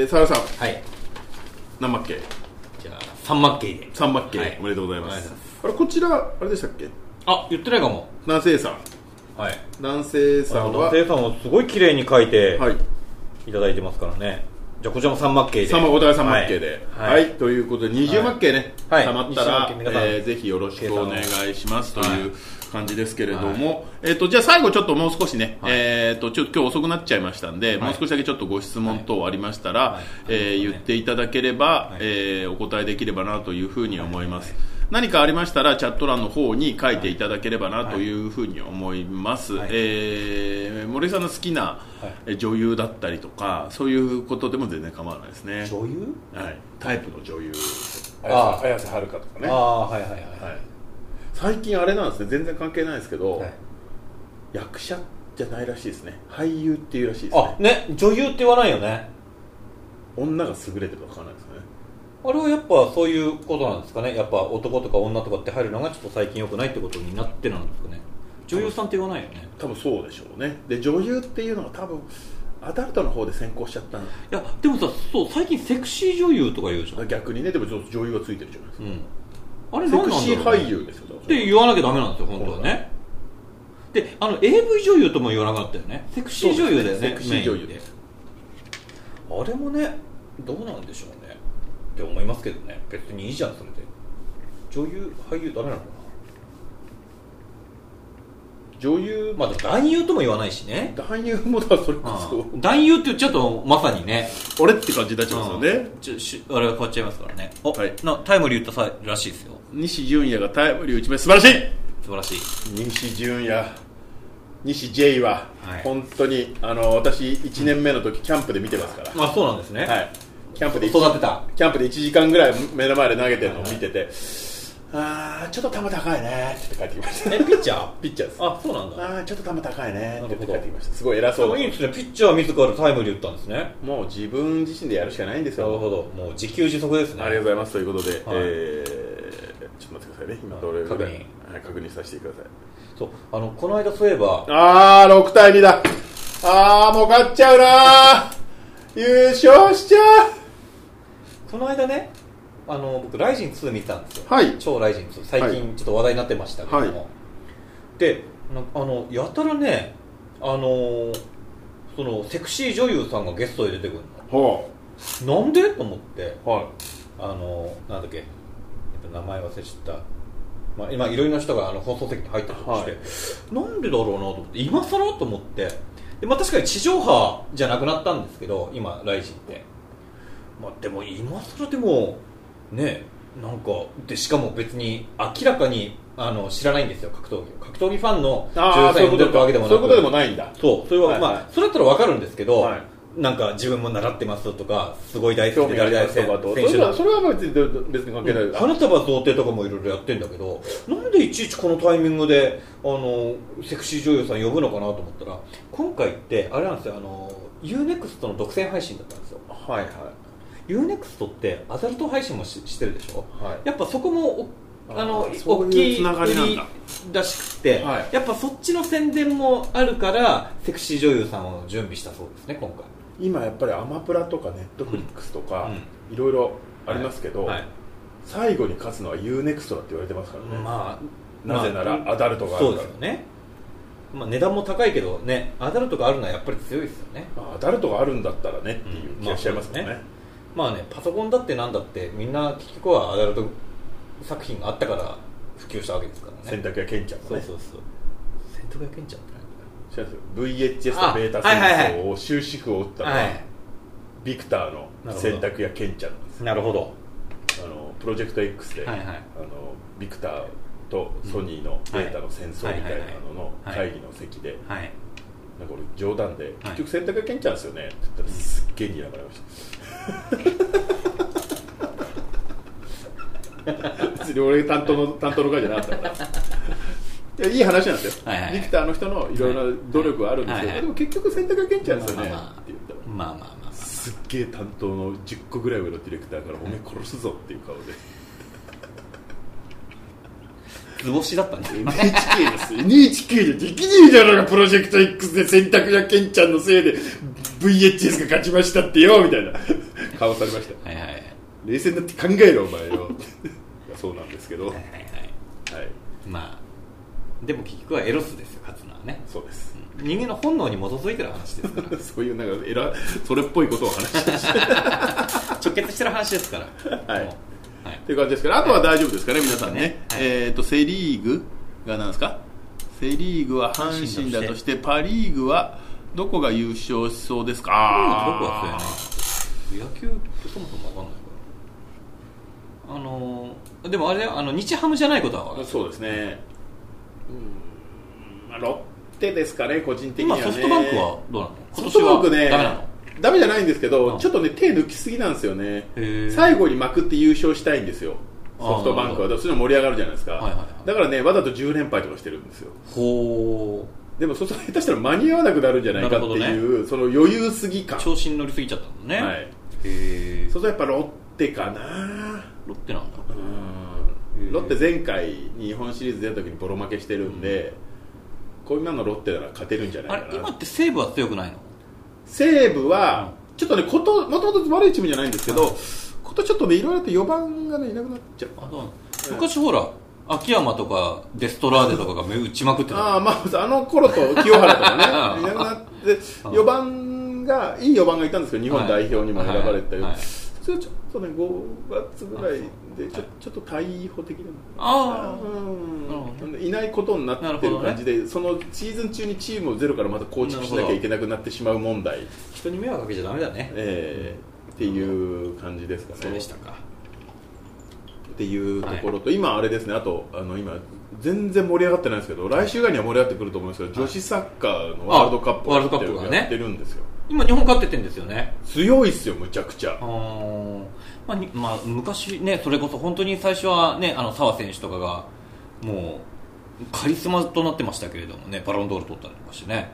Speaker 1: えー、さらさん
Speaker 2: はい
Speaker 1: 何マッケ
Speaker 2: じゃあ三万系で
Speaker 1: 三マッケ、
Speaker 2: はい
Speaker 1: おめでとうございま
Speaker 2: ありが
Speaker 1: す
Speaker 2: とう
Speaker 1: あれこちらあれでしたっけ
Speaker 2: あ言ってないかも
Speaker 1: 男性さん
Speaker 2: はい
Speaker 1: 男性さんは
Speaker 2: 生さんをすごい綺麗に描いて
Speaker 1: はい
Speaker 2: いただいてますからねじゃあこちらも三幕系で
Speaker 1: さまお互いさまっけで、
Speaker 2: はい
Speaker 1: はい
Speaker 2: はい
Speaker 1: ということで20マッケね、
Speaker 2: はい
Speaker 1: たまった
Speaker 2: 20マ
Speaker 1: ら
Speaker 2: ッ、ケ皆さん
Speaker 1: えーぜひよろしくお願いしますと
Speaker 2: 計算を
Speaker 1: いう感じですけれども、えっ、とじゃあ最後ちょっともう少しね、えっ、とちょっと今日遅くなっちゃいましたんで、もう少しだけちょっとご質問等ありましたら、
Speaker 2: い
Speaker 1: えー言っていただければ、
Speaker 2: い
Speaker 1: えーお答えできればなというふうに思います。何かありましたらチャット欄の方に書いていただければなというふうに思います、
Speaker 2: はい
Speaker 1: えー森さんの好きなえー女優だったりとかそういうことでも全然構わないですね
Speaker 2: 女優
Speaker 1: はい、タイプの女優
Speaker 2: あー
Speaker 1: 綾瀬はるかとかね、
Speaker 2: あ
Speaker 1: は
Speaker 2: あはいはいはい
Speaker 1: い、最近あれなんですね全然関係ないですけど、
Speaker 2: はい
Speaker 1: 役者じゃないらしいですね俳優っていうらしいです
Speaker 2: あ
Speaker 1: ね
Speaker 2: ね女優って言わないよね
Speaker 1: 女が優れてるとかわかんないですよね
Speaker 2: あれはやっぱそういうことなんですかねやっぱ男とか女とかって入るのがちょっと最近良くないってことになってなんですかね女優さんって言わないよね
Speaker 1: 多分そうでしょうねで女優っていうのは多分アダルトの方で先行しちゃったん
Speaker 2: いやでもさそう最近セクシー女優とか言うじゃんう
Speaker 1: 逆にねでも女優がついてるじゃないですか
Speaker 2: んあれ
Speaker 1: セク
Speaker 2: 何なんだろうね
Speaker 1: シー俳優ですよだから
Speaker 2: って言わなきゃダメなんですよ本当はねであの AV 女優とも言わなかったよねセクシー女優だ
Speaker 1: そ
Speaker 2: よね
Speaker 1: うですねセクシー女優
Speaker 2: メインあれもねどうなんでしょうねって思いますけどね別にいいじゃんそれで女優俳優ダメなのか
Speaker 1: 女優
Speaker 2: なまあでも男優とも言わないしね
Speaker 1: 男優もだからそれこそ
Speaker 2: うん男優って言っちゃうとまさにね
Speaker 1: 俺って感じになっちゃいますよね、
Speaker 2: うんちょしあれが変わっちゃいますからねお、
Speaker 1: はい
Speaker 2: なタイムリー言ったさらしいですよ
Speaker 1: 西純也がタイムリー打ち目素晴らしい
Speaker 2: 素晴らしい
Speaker 1: 西純也西 J は
Speaker 2: はい
Speaker 1: 本当に、あの私1年目の時キャンプで見てますから、
Speaker 2: まあそうなんですね、
Speaker 1: はい、キャンプで一
Speaker 2: 育てた
Speaker 1: キャンプで1時間ぐらい目の前で投げてるのを見てて、あーちょっと球高いねって帰ってきました
Speaker 2: えピッチャー
Speaker 1: ピッチャーですあ
Speaker 2: あそうなんだ
Speaker 1: ーちょっと球高いねって言って帰
Speaker 2: なるほど
Speaker 1: ってきましたすごい偉そう
Speaker 2: いい
Speaker 1: な
Speaker 2: ですねピッチャー自らタイムリー打ったんですね
Speaker 1: もう自分自身でやるしかないんです
Speaker 2: なる
Speaker 1: よ
Speaker 2: ほどもう自給自足ですね
Speaker 1: ありがとうございますということで、
Speaker 2: はい
Speaker 1: えーちょっと待ってくださいね今どれぐらい
Speaker 2: 確
Speaker 1: はい、確認させてください
Speaker 2: そうあのこの間そういえば
Speaker 1: あー、6対2だ。あー、もう勝っちゃうなー。優勝しちゃう。
Speaker 2: この間ねあの僕ライジン2見てたんですよ
Speaker 1: はい
Speaker 2: 超ライジン2最近ちょっと話題になってましたけども、
Speaker 1: はい
Speaker 2: でなんかあのやたらねあのーそのセクシー女優さんがゲストで出てくる
Speaker 1: ほ
Speaker 2: のなんでと思って
Speaker 1: う。は
Speaker 2: あのーなんだっけやっぱ名前忘れちゃったまあ、今いろいろな人があの放送席に入ったりとかして、なんでだろうなと思って今更と思ってで、まあ、確かに地上波じゃなくなったんですけど今ライジンって、まあ、でも今更でもねなんかでしかも別に明らかにあの知らないんですよ格闘技を格闘技ファンの
Speaker 1: あ
Speaker 2: 女
Speaker 1: あ
Speaker 2: 優
Speaker 1: そ
Speaker 2: さ
Speaker 1: うんい
Speaker 2: に
Speaker 1: うこ
Speaker 2: 戻
Speaker 1: と
Speaker 2: ったわけでもなく
Speaker 1: そういうことでもないんだ
Speaker 2: そうそれは、
Speaker 1: はい
Speaker 2: まあそれだったらわかるんですけど、
Speaker 1: はい
Speaker 2: なんか自分も習ってますとかすごい大好
Speaker 1: 興
Speaker 2: きで
Speaker 1: 味があ
Speaker 2: 誰
Speaker 1: りま
Speaker 2: 々
Speaker 1: すと
Speaker 2: 選
Speaker 1: かとそ
Speaker 2: 選手
Speaker 1: れ
Speaker 2: だ
Speaker 1: はそれは別に別に関係ない、
Speaker 2: 花束贈呈とかもいろいろやってんだけどなんでいちいちこのタイミングであのセクシー女優さん呼ぶのかなと思ったら今回ってあれなんですよあの UNEXT の独占配信だったんですよ
Speaker 1: はいはい
Speaker 2: UNEXT ってアダルト配信もししてるでしょ
Speaker 1: はい
Speaker 2: やっぱそこもおあの
Speaker 1: あーそういう
Speaker 2: 大きい
Speaker 1: つながりなんだ
Speaker 2: 売りらしくて、
Speaker 1: はい
Speaker 2: やっぱそっちの宣伝もあるからセクシー女優さんを準備したそうですね今回
Speaker 1: 今やっぱりアマプラとかネットフリックスとか、いろいろありますけど、
Speaker 2: はい
Speaker 1: 最後に勝つのは UNEXT だって言われてますからね、
Speaker 2: まあ
Speaker 1: なぜなら
Speaker 2: まあ
Speaker 1: アダルトがあ
Speaker 2: そう
Speaker 1: るか
Speaker 2: です
Speaker 1: ら
Speaker 2: よね、まあ、値段も高いけどねアダルトがあるのはやっぱり強いですよね
Speaker 1: まあアダルトがあるんだったらねっていう気がしちゃいますもんね,、
Speaker 2: うんまあそうまあねパソコンだってなんだってみんな結局はアダルト作品があったから普及したわけですから
Speaker 1: 洗
Speaker 2: ね
Speaker 1: 濯屋ケンちゃんも
Speaker 2: そう
Speaker 1: ね
Speaker 2: そうそう洗濯屋けんちゃんって
Speaker 1: 知らないですよ VHS のベータ
Speaker 2: あはいはいはい
Speaker 1: 戦争を終止符を打ったのは、
Speaker 2: はい
Speaker 1: ビクターの洗濯屋ケンちゃんです
Speaker 2: なるほど
Speaker 1: あのプロジェクト X で、
Speaker 2: はいはい
Speaker 1: あのビクターとソニーのベータの戦争みたいなのの
Speaker 2: はいはいはいはい
Speaker 1: 会議の席で
Speaker 2: はい
Speaker 1: なんか俺冗談で「結局洗濯屋ケンちゃんですよね」って言ったらすっげえ睨まれました 別に俺担当の担当の会じゃなかったからいやいい話なんですよ、
Speaker 2: はいはい
Speaker 1: ビクターの人のいろいろな努力はあるんですけど、
Speaker 2: はいはい
Speaker 1: でも結局洗濯屋ケンちゃんですよね、
Speaker 2: まあまあまあ
Speaker 1: って言ったら
Speaker 2: まあまあまあ、まあ、
Speaker 1: すっげえ担当の10個ぐらい上のディレクターから「おめえ殺すぞ」っていう顔で
Speaker 2: 図星だったんですよ
Speaker 1: NHK ですよ NHK じゃできねえだろうがプロジェクト X で洗濯屋ケンちゃんのせいで VHS が勝ちましたってよみたいな顔されました
Speaker 2: はいはいはいはい
Speaker 1: 冷静になって考えろお前よいやそうなんですけど、はい、
Speaker 2: はいまあでも結局はエロスですよ勝つのはね
Speaker 1: そうです
Speaker 2: 人間の本能に基づいてる話で すから
Speaker 1: そういうなんかえらそれっぽいことを話して
Speaker 2: 直結してる話ですから
Speaker 1: はい
Speaker 2: もうはい
Speaker 1: っていう感じですけどあとは大丈夫ですかね、皆さんね、
Speaker 2: はい
Speaker 1: えっ、とセ・リーグが何ですかセ・リーグは阪神だとしてパ・リーグはどこが優勝しそうですか
Speaker 2: 僕はそうやな野球ってそもそも分かんないからあのーでもあれだよあの日ハムじゃないことは分かる
Speaker 1: そうですねうんまあロッテですかね個人的には
Speaker 2: 今
Speaker 1: ね
Speaker 2: ソフトバンクはどうなの
Speaker 1: ソフトバンクね
Speaker 2: 今年はダメなの
Speaker 1: ダメじゃないんですけど、
Speaker 2: うん
Speaker 1: ちょっとね手抜きすぎなんですよね
Speaker 2: へー
Speaker 1: 最後にまくって優勝したいんですよ
Speaker 2: あー
Speaker 1: ソフトバンクは
Speaker 2: な
Speaker 1: どうしても盛り上がるじゃないですか、
Speaker 2: はいはいはい
Speaker 1: だからねわざと10連敗とかしてるんですよ
Speaker 2: ほ
Speaker 1: でもそうすると下手したら間に合わなくなるんじゃないかって
Speaker 2: なる
Speaker 1: いう、その余裕すぎ
Speaker 2: う
Speaker 1: 感
Speaker 2: 調子に乗りすぎちゃったのね、
Speaker 1: はい
Speaker 2: へ
Speaker 1: い
Speaker 2: え
Speaker 1: そうするとやっぱロッテかな
Speaker 2: ロッテなんだ
Speaker 1: うんロッテ前回日本シリーズ出た時にボロ負けしてるんで、こんなのロッテなら勝てるんじゃな
Speaker 2: あ
Speaker 1: いか
Speaker 2: れ今
Speaker 1: な
Speaker 2: って西武は強くないの
Speaker 1: 西武はちょっとねこともともと悪いチームじゃないんですけどことちょっとねいろいろと4番がねいなくなっちゃう
Speaker 2: あどうなの昔ほら秋山とかデストラーデとかが目打ちまくってた
Speaker 1: ああまああの頃と清原とか
Speaker 2: う
Speaker 1: ね
Speaker 2: ん
Speaker 1: いなくなって4番がいい4番がいたんですけど日本代表にも選ばれたよ、
Speaker 2: はいはいはい
Speaker 1: それちょっとね5月ぐらいでちょちょっと対応的なの
Speaker 2: あーなるほど
Speaker 1: うんいないことになってる感じで、そのシーズン中にチームをゼロからまた構築しなきゃいけなくなってしまう問題、
Speaker 2: 人に迷惑かけちゃダメだね
Speaker 1: えーっていう感じですかね。
Speaker 2: そうでしたか
Speaker 1: っていうところと、今、あれですねあとあの今全然盛り上がってないんですけど来週ぐらいには盛り上がってくると思うんですけど、
Speaker 2: はい
Speaker 1: 女子サッカーのワールドカップ
Speaker 2: あワールドカップがね
Speaker 1: やってるんですよ、
Speaker 2: 今日本勝ってってんですよね
Speaker 1: 強いっすよ、むちゃくちゃ
Speaker 2: あ。ーまあにまあ、昔ね、それこそ本当に最初はね、あの澤選手とかが、もうカリスマとなってましたけれどもね、バロンドール取ったりとかしてね、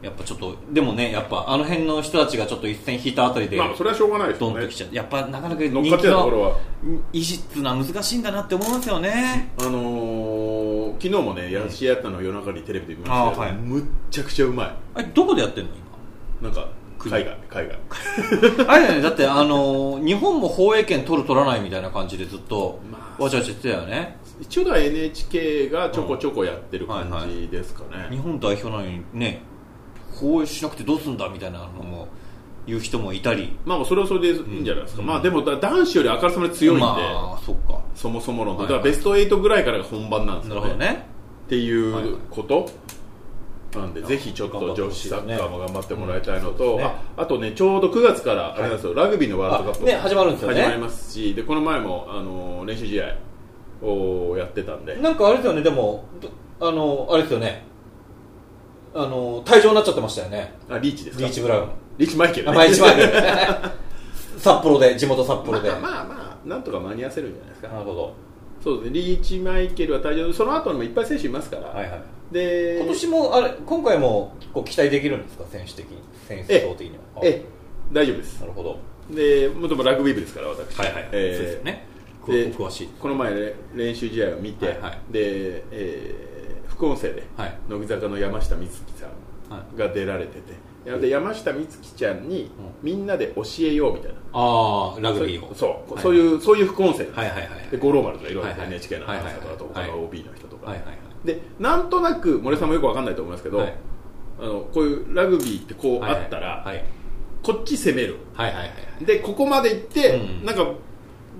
Speaker 2: やっぱちょっと、でもね、やっぱあの辺の人たちがちょっと一線引いたあたりで、
Speaker 1: まあそれはしょうがないです
Speaker 2: ド
Speaker 1: よ
Speaker 2: ンと
Speaker 1: ね
Speaker 2: きちゃう、やっぱなかなか人
Speaker 1: 乗っかって
Speaker 2: 気
Speaker 1: たところ
Speaker 2: の
Speaker 1: は
Speaker 2: 維持っていうのは難しいんだなって思いますよね。
Speaker 1: あのー、昨日もね、やしやったのを夜中にテレビで見ましたけど、
Speaker 2: あーはい
Speaker 1: むっちゃくちゃうま
Speaker 2: あれどこでやってんの
Speaker 1: い、なんか海外、海外、
Speaker 2: 今 あれだよね、だってあの日本も放映権取る取らないみたいな感じでずっと
Speaker 1: まあ
Speaker 2: わちゃわちゃしてたよね。
Speaker 1: 一応だ NHK がちょこちょこやってる感じですかね、
Speaker 2: 日本代表なのにね放映しなくてどうすんだみたいなのも言う人もいたり
Speaker 1: まあそれはそれでいいんじゃないですか、
Speaker 2: うん
Speaker 1: まあでもだ男子より明るさまで強いんで、
Speaker 2: まあそっか
Speaker 1: そもそも論
Speaker 2: はい
Speaker 1: だからベスト8ぐらいからが本番なんです
Speaker 2: な
Speaker 1: よ
Speaker 2: る
Speaker 1: ね
Speaker 2: ほどね
Speaker 1: っていうこと、なんでぜひちょっと女子サッカーも頑張ってもらいたいの
Speaker 2: う
Speaker 1: と、
Speaker 2: んそうですね
Speaker 1: ああとねちょうど9月からあれなんですよ、ラグビーのワールドカップ
Speaker 2: あね始まるんですよね
Speaker 1: 始まりますしでこの前もあの練習試合をやってたんで
Speaker 2: なんかあれですよね、でも、どあの、あれですよね。あの、退場になっちゃってましたよね。
Speaker 1: あリーチですか
Speaker 2: リーチ・ブラウン。
Speaker 1: リーチマイケル、
Speaker 2: あ、
Speaker 1: ね、
Speaker 2: 毎日前に。 札幌で、地元札幌で。
Speaker 1: まあまあまあなんとか間に合わせるんじゃないですか
Speaker 2: なるほど。
Speaker 1: そうですねリーチマイケルは退場でその後にもいっぱい選手いますから、
Speaker 2: はいはい。
Speaker 1: で
Speaker 2: 今年も、あれ、今回も、こう、期待できるんですか、選手的に。選手層的には。
Speaker 1: ええ大丈夫です
Speaker 2: なるほど。
Speaker 1: でもともラグビー部ですから私えー
Speaker 2: そうですよね。
Speaker 1: で
Speaker 2: く詳しい。
Speaker 1: この前れ練習試合を見て、
Speaker 2: はいはい
Speaker 1: で、えー副音声で、
Speaker 2: はい
Speaker 1: 乃木坂の山下美月さ
Speaker 2: はい
Speaker 1: んが出られてて、で山下美月ちゃんにみんなで教えようみたいな、
Speaker 2: ああ、ラグビーを。
Speaker 1: そう、
Speaker 2: はい
Speaker 1: そういうそういう副音声なんです、
Speaker 2: はいはいはい
Speaker 1: で五郎丸とかいろいろ
Speaker 2: はいはい
Speaker 1: NHK のアナウンサーとかあと
Speaker 2: はいはい
Speaker 1: 他
Speaker 2: はい
Speaker 1: の OB の人とか、
Speaker 2: はいはいはい。
Speaker 1: でなんとなく森さんもよくわかんないと思いますけど、
Speaker 2: はい
Speaker 1: あのこういうラグビーってこうあったら、
Speaker 2: はい
Speaker 1: こっち攻める
Speaker 2: はいはいはいはい。
Speaker 1: でここまで行って、
Speaker 2: うん
Speaker 1: なんか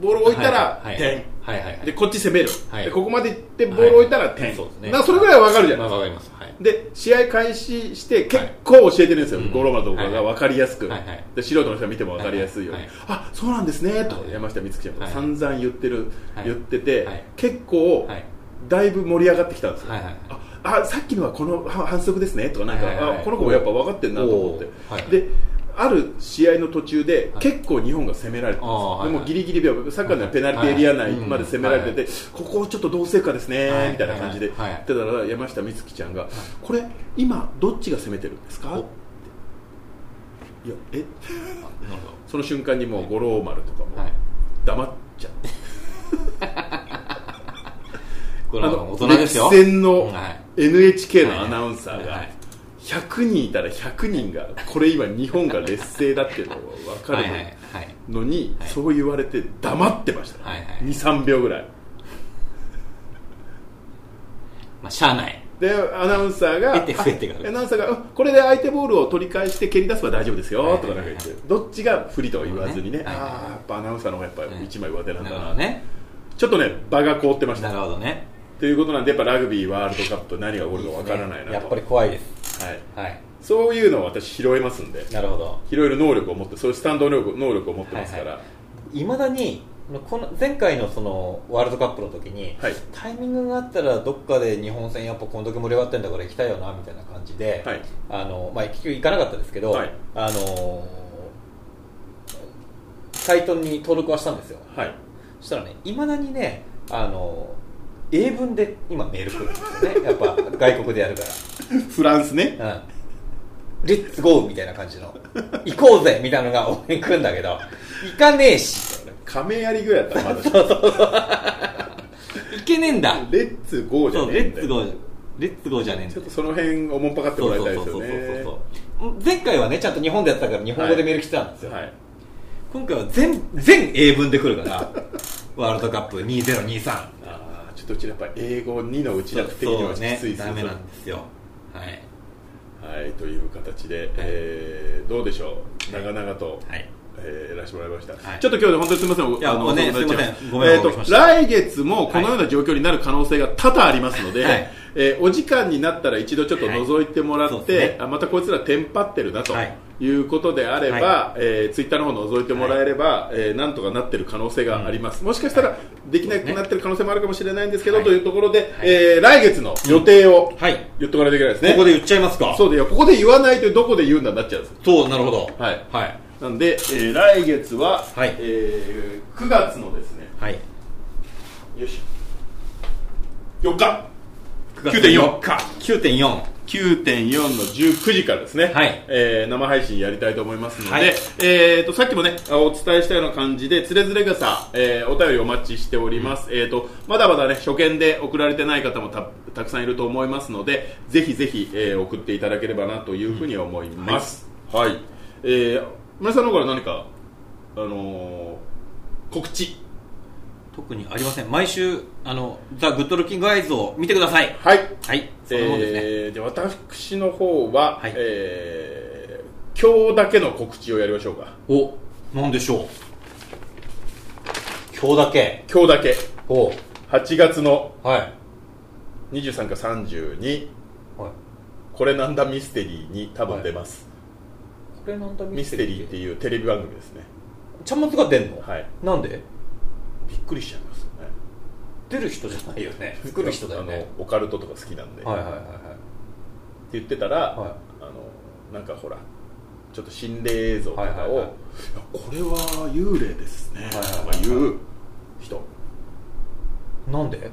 Speaker 1: ボール置いたら、
Speaker 2: はいはい
Speaker 1: 点
Speaker 2: はいはいはい
Speaker 1: で。こっち攻める、
Speaker 2: はい
Speaker 1: でここまで行ってボール置いたら点、
Speaker 2: はいそうですね
Speaker 1: なんかそれぐらいは分かるじゃな
Speaker 2: ま
Speaker 1: い
Speaker 2: あ、
Speaker 1: ですか、
Speaker 2: わかります。はい。
Speaker 1: で試合開始して結構教えてるんですよ、
Speaker 2: はい
Speaker 1: 五郎丸とか
Speaker 2: は
Speaker 1: が
Speaker 2: い
Speaker 1: 分かりやすく、
Speaker 2: はいはい
Speaker 1: で素人の人が見ても分かりやすいように、
Speaker 2: はいはい
Speaker 1: あそうなんですねと、
Speaker 2: はい
Speaker 1: 山下美月ちゃんも
Speaker 2: はい
Speaker 1: 散々言ってる、
Speaker 2: はい
Speaker 1: 言ってて、
Speaker 2: はい
Speaker 1: 結構、
Speaker 2: はい
Speaker 1: だいぶ盛り上がってきたんですよ、
Speaker 2: はいはい
Speaker 1: ああさっきのはこのは反則ですねとかなんか、
Speaker 2: はいはいはい
Speaker 1: あこの子もやっぱ分かってるなと思って、
Speaker 2: おーはい
Speaker 1: である試合の途中で、
Speaker 2: はい
Speaker 1: 結構日本が攻められてたんですよ、
Speaker 2: あーはいはい
Speaker 1: でもギリギリでサッカーのペナルティーエリア内まで攻められてて、
Speaker 2: はいはい
Speaker 1: ここをちょっとどうせかですね、
Speaker 2: はい
Speaker 1: みたいな感じで、
Speaker 2: はいはい
Speaker 1: だから山下美月ちゃんが、これ、今、どっちが攻めてるんですか
Speaker 2: お
Speaker 1: っていやえ
Speaker 2: なるほ
Speaker 1: その瞬間にもう五郎丸とかも
Speaker 2: ど。はい。
Speaker 1: 黙っちゃって、
Speaker 2: これは大人ですよ。
Speaker 1: 歴戦の
Speaker 2: はい
Speaker 1: NHK のアナウンサー
Speaker 2: はいは
Speaker 1: が
Speaker 2: い、
Speaker 1: 100人いたら100人が、これ今、日本が劣勢だっていうのが分か
Speaker 2: はい
Speaker 1: る
Speaker 2: は
Speaker 1: の
Speaker 2: いはいはい。
Speaker 1: のに、
Speaker 2: はい
Speaker 1: そう言われて黙ってました、
Speaker 2: はいはい
Speaker 1: 23秒ぐらい。
Speaker 2: まあ、しゃあない。
Speaker 1: でアナウンサ ーが
Speaker 2: 得て増えてくる
Speaker 1: あアナウンサーがうんこれで相手ボールを取り返して蹴り出せば大丈夫ですよ、
Speaker 2: はいはいはい
Speaker 1: とかなんか言ってどっちが不利とは言わずにね、
Speaker 2: はいはい
Speaker 1: ああやっぱアナウンサーの方がやっぱ
Speaker 2: はい
Speaker 1: 一枚上手なん
Speaker 2: な
Speaker 1: だ
Speaker 2: る
Speaker 1: な
Speaker 2: ほどね。
Speaker 1: ちょっとね場が凍ってまし
Speaker 2: な
Speaker 1: た
Speaker 2: るほどね。
Speaker 1: ということなんでやっぱラグビーワールドカップ何が起こるかわからないなと
Speaker 2: やっぱり怖いです。
Speaker 1: はい、
Speaker 2: はい。
Speaker 1: そういうのを私拾えますんで
Speaker 2: なるほど。
Speaker 1: 拾える能力を持ってそういうスタンド能力能力を持ってますから、
Speaker 2: はいいまだにこの前回のそのワールドカップの時に、
Speaker 1: はい
Speaker 2: タイミングがあったらどっかで日本戦やっぱこんだけ盛り上がってんだから行きたいよなみたいな感じで、
Speaker 1: はい
Speaker 2: あのまあ、結局行かなかったですけど、
Speaker 1: はい
Speaker 2: あのサイトに登録はしたんですよ
Speaker 1: はい
Speaker 2: そしたらねいまだにねあの英文で今メール来るんですよねやっぱ外国でやるか
Speaker 1: フランスね
Speaker 2: ら、うん、レッツゴーみたいな感じの行こうぜみたいなのが俺に来るんだけど行かねえし
Speaker 1: 亀やりぐらいだったらまだ
Speaker 2: 行けねえんだ
Speaker 1: レッツゴーじゃ
Speaker 2: そう
Speaker 1: ね
Speaker 2: レ
Speaker 1: えん
Speaker 2: ッ
Speaker 1: だ
Speaker 2: ツ
Speaker 1: よ
Speaker 2: ゴーレッツゴーじゃねえんだ
Speaker 1: ちょっとその辺おもんぱかってもらいたいですよね
Speaker 2: そう前回はねちゃんと日本でやったから日本語でメール来てたんですよ、
Speaker 1: はい
Speaker 2: 今回は全全英文で来るから ワールドカップ2023
Speaker 1: あーちょっとうちやっぱ英語2のうち楽的にはきつい
Speaker 2: ね
Speaker 1: ですね
Speaker 2: ダメなんですよはい
Speaker 1: はいという形で、えーどうでしょう長々と、
Speaker 2: はい
Speaker 1: えーやらせてもらいました、
Speaker 2: はい
Speaker 1: ちょっと今日で本当にすみません
Speaker 2: いや
Speaker 1: あの
Speaker 2: もうね
Speaker 1: 遅くなっちゃいし
Speaker 2: すいません
Speaker 1: た
Speaker 2: ご迷
Speaker 1: えー
Speaker 2: 惑をおかけし
Speaker 1: と
Speaker 2: ま
Speaker 1: 来月もこのような状況になる可能性が多々ありますので、
Speaker 2: はい
Speaker 1: えーお時間になったら一度ちょっと覗いてもら
Speaker 2: はいそ
Speaker 1: っ
Speaker 2: う
Speaker 1: て、
Speaker 2: ですね
Speaker 1: あまたこいつらテンパってるなと。
Speaker 2: はい
Speaker 1: いうことであれば、
Speaker 2: は
Speaker 1: えーツイッターの方覗いてもらえれば、えーなんとかなってる可能性があります、もしかしたらできなくなってる可能性もあるかもしれないんですけど、
Speaker 2: はい
Speaker 1: というところで、
Speaker 2: はい
Speaker 1: えー来月の予定を、
Speaker 2: はい、
Speaker 1: 言っとかないといけないですね。
Speaker 2: ここで言っちゃいますか
Speaker 1: そうでよ、ここで言わないとどこで言うんだになっちゃうんです。
Speaker 2: そうなるほど
Speaker 1: はい
Speaker 2: はい
Speaker 1: なんで、えー来月は、
Speaker 2: はい
Speaker 1: えー9月のですね、
Speaker 2: はい
Speaker 1: よいしょ、4日、
Speaker 2: 9.4か9.4
Speaker 1: 9.4の19時からですね、
Speaker 2: はい
Speaker 1: えー生配信やりたいと思いますので、
Speaker 2: はい
Speaker 1: えー、とさっきもねあお伝えしたような感じでつれづれ草、えーお便りお待ちしております、えー、とまだまだね初見で送られてない方もたたくさんいると思いますのでぜひぜひ、えー送っていただければなというふうに思います、はい、えー、村井さんの方から何か、あのー告知
Speaker 2: 特にありません毎週あの「ザ・グッドルッキング・アイズ」を見てください
Speaker 1: はい
Speaker 2: はいそのもんですね、
Speaker 1: えー、で私の方は、
Speaker 2: はい
Speaker 1: えー今日だけの告知をやりましょうか
Speaker 2: おなんでしょう今日だけ
Speaker 1: 今日だけ
Speaker 2: お
Speaker 1: 8月の
Speaker 2: はい
Speaker 1: 23か32
Speaker 2: はい
Speaker 1: これなんだミステリー」に多分出ます、
Speaker 2: これなんだ
Speaker 1: ミステリーって
Speaker 2: て
Speaker 1: いうテレビ番組ですね
Speaker 2: ちゃんまつが出んの、
Speaker 1: はい
Speaker 2: なんで
Speaker 1: びっくりしちゃいますよね
Speaker 2: 出る人じゃないよね 作る人だよね
Speaker 1: あのオカルトとか好きなんで、
Speaker 2: はい
Speaker 1: っ
Speaker 2: はいはい
Speaker 1: て言ってたら、
Speaker 2: はい
Speaker 1: あのなんかほらちょっと心霊映像とかを、
Speaker 2: はいはいはい
Speaker 1: いやこれは幽霊ですね、
Speaker 2: はいはいはい
Speaker 1: とかいう人
Speaker 2: はいなんで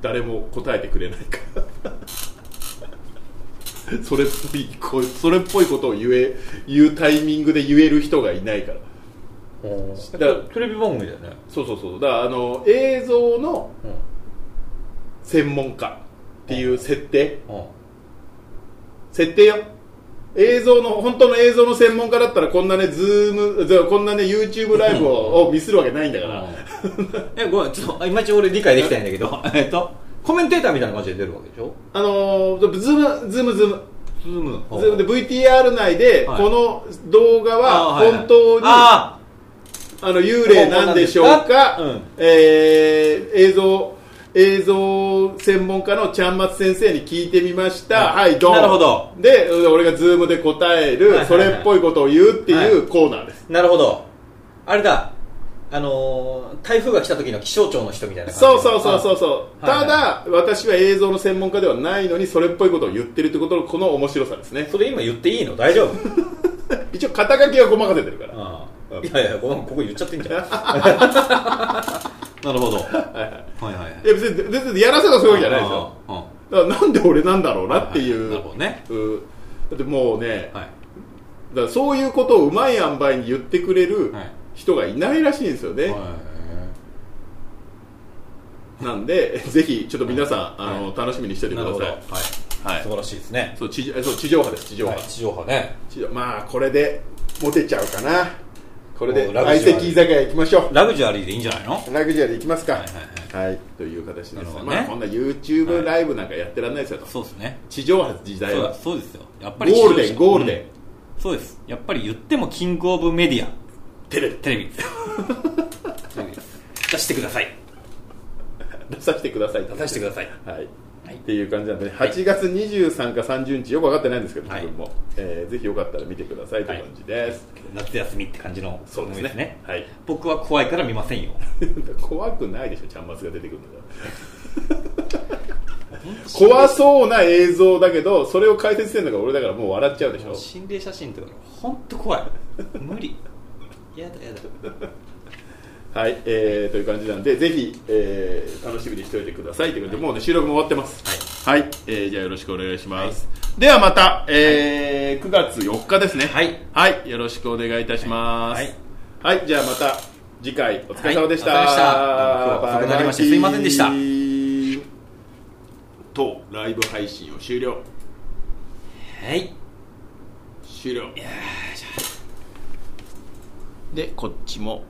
Speaker 1: 誰も答えてくれないから それっぽいこうそれっぽいことを言え言うタイミングで言える人がいないから
Speaker 2: だ
Speaker 1: だから
Speaker 2: テレビ番組だよね、
Speaker 1: そうそうそうだからあの映像の
Speaker 2: う
Speaker 1: 専門家っていう設定
Speaker 2: んうん、
Speaker 1: 設定よ映像の本当の映像の専門家だったらこんなねズームずこんなね YouTube ライブををミスるわけないんだから、
Speaker 2: えごめんちょっといまいち俺理解できてないんだけど えっとコメンテーターみたいな感じで出るわけでしょ
Speaker 1: あのーズームズームズーム
Speaker 2: ズーム
Speaker 1: ズームで VTR 内で
Speaker 2: はい
Speaker 1: この動画は本当に、
Speaker 2: あ
Speaker 1: あの幽霊なんでしょうか、
Speaker 2: うん
Speaker 1: えー映像映像専門家のちゃんまつ先生に聞いてみました、
Speaker 2: は
Speaker 1: はいい、どう
Speaker 2: なるほど
Speaker 1: で俺がズームで答える、
Speaker 2: はいはいはい
Speaker 1: それっぽいことを言うってい
Speaker 2: は
Speaker 1: うコーナーです、
Speaker 2: あなるほどあれだあのー台風が来た時の気象庁の人みたいな感じ
Speaker 1: そうそうそうそうそう、
Speaker 2: はいはい
Speaker 1: ただ、私は映像の専門家ではないのにそれっぽいことを言ってるってことのこの面白さですね
Speaker 2: あそれ今言っていいの大丈夫
Speaker 1: 一応肩書きはごまかせてるから、
Speaker 2: ああ
Speaker 1: うん
Speaker 2: いやいやここここ言っちゃってんじゃん なるほどはいはいはい
Speaker 1: いや別に別にやらせたそういうわけじゃないですよ
Speaker 2: あああ
Speaker 1: だからなんで俺なんだろうなっていう、
Speaker 2: なるほどね
Speaker 1: うんだってもうね、
Speaker 2: あはい
Speaker 1: だからそういうことをうまい塩梅に言ってくれる
Speaker 2: はい
Speaker 1: 人がいないらしいんですよね、なんで ぜひちょっと皆さん、あの楽しみにしておいて
Speaker 2: な
Speaker 1: く
Speaker 2: る
Speaker 1: だ
Speaker 2: ほど、
Speaker 1: さい、
Speaker 2: はい
Speaker 1: はい
Speaker 2: 素晴らしいですね、
Speaker 1: そう地上えそう地上波です地上波、
Speaker 2: はい、地上波ね
Speaker 1: 地上まあこれでモテちゃうかなこれで
Speaker 2: もうラグ
Speaker 1: 相
Speaker 2: ジュアリー
Speaker 1: 席居酒屋行きましょ
Speaker 2: ラグジュアリーでいいんじゃないの
Speaker 1: うラグジュアリー行きますか
Speaker 2: はい
Speaker 1: はい、という形です、
Speaker 2: なるほどね
Speaker 1: まあこんな YouTube ライブなんかやってらんないですよと、
Speaker 2: そうですね
Speaker 1: 地上波です時代
Speaker 2: そう
Speaker 1: は
Speaker 2: だそうですよやっぱり
Speaker 1: ゴールデンゴールデン、
Speaker 2: うんそうですやっぱり言ってもキングオブメディア
Speaker 1: テレビ
Speaker 2: テレビ テレビです出してください
Speaker 1: 出させてください
Speaker 2: 出させてください
Speaker 1: はい
Speaker 2: はい
Speaker 1: っていう感じなんで、ね、
Speaker 2: はい
Speaker 1: 8月23か30日よく分かってないんですけど、
Speaker 2: はい
Speaker 1: 自分も、えーぜひよかったら見てくださいという感じです、
Speaker 2: 夏休みって感じの
Speaker 1: そうですねはい、
Speaker 2: 僕は怖いから見ませんよ
Speaker 1: 怖くないでしょちゃんまつが出てくるのが怖そうな映像だけどそれを解説してるのが俺だからもう笑っちゃうでしょ
Speaker 2: 心霊写真とか本当怖い無理やだやだ
Speaker 1: はい、えーという感じなんでぜひ、えー楽しみにしておいてくださいということで、もうね収録も終わってますはい、えーじゃあよろしくお願いします、ではまた、えー9月4日ですね
Speaker 2: はい
Speaker 1: はい、よろしくお願いいたします
Speaker 2: はい
Speaker 1: はい、じゃあまた次回お疲れ様でした、
Speaker 2: はいお疲れ様でした今日は遅くなりましてすいませんでした
Speaker 1: したとライブ配信を終了
Speaker 2: はい
Speaker 1: 終了でこっちも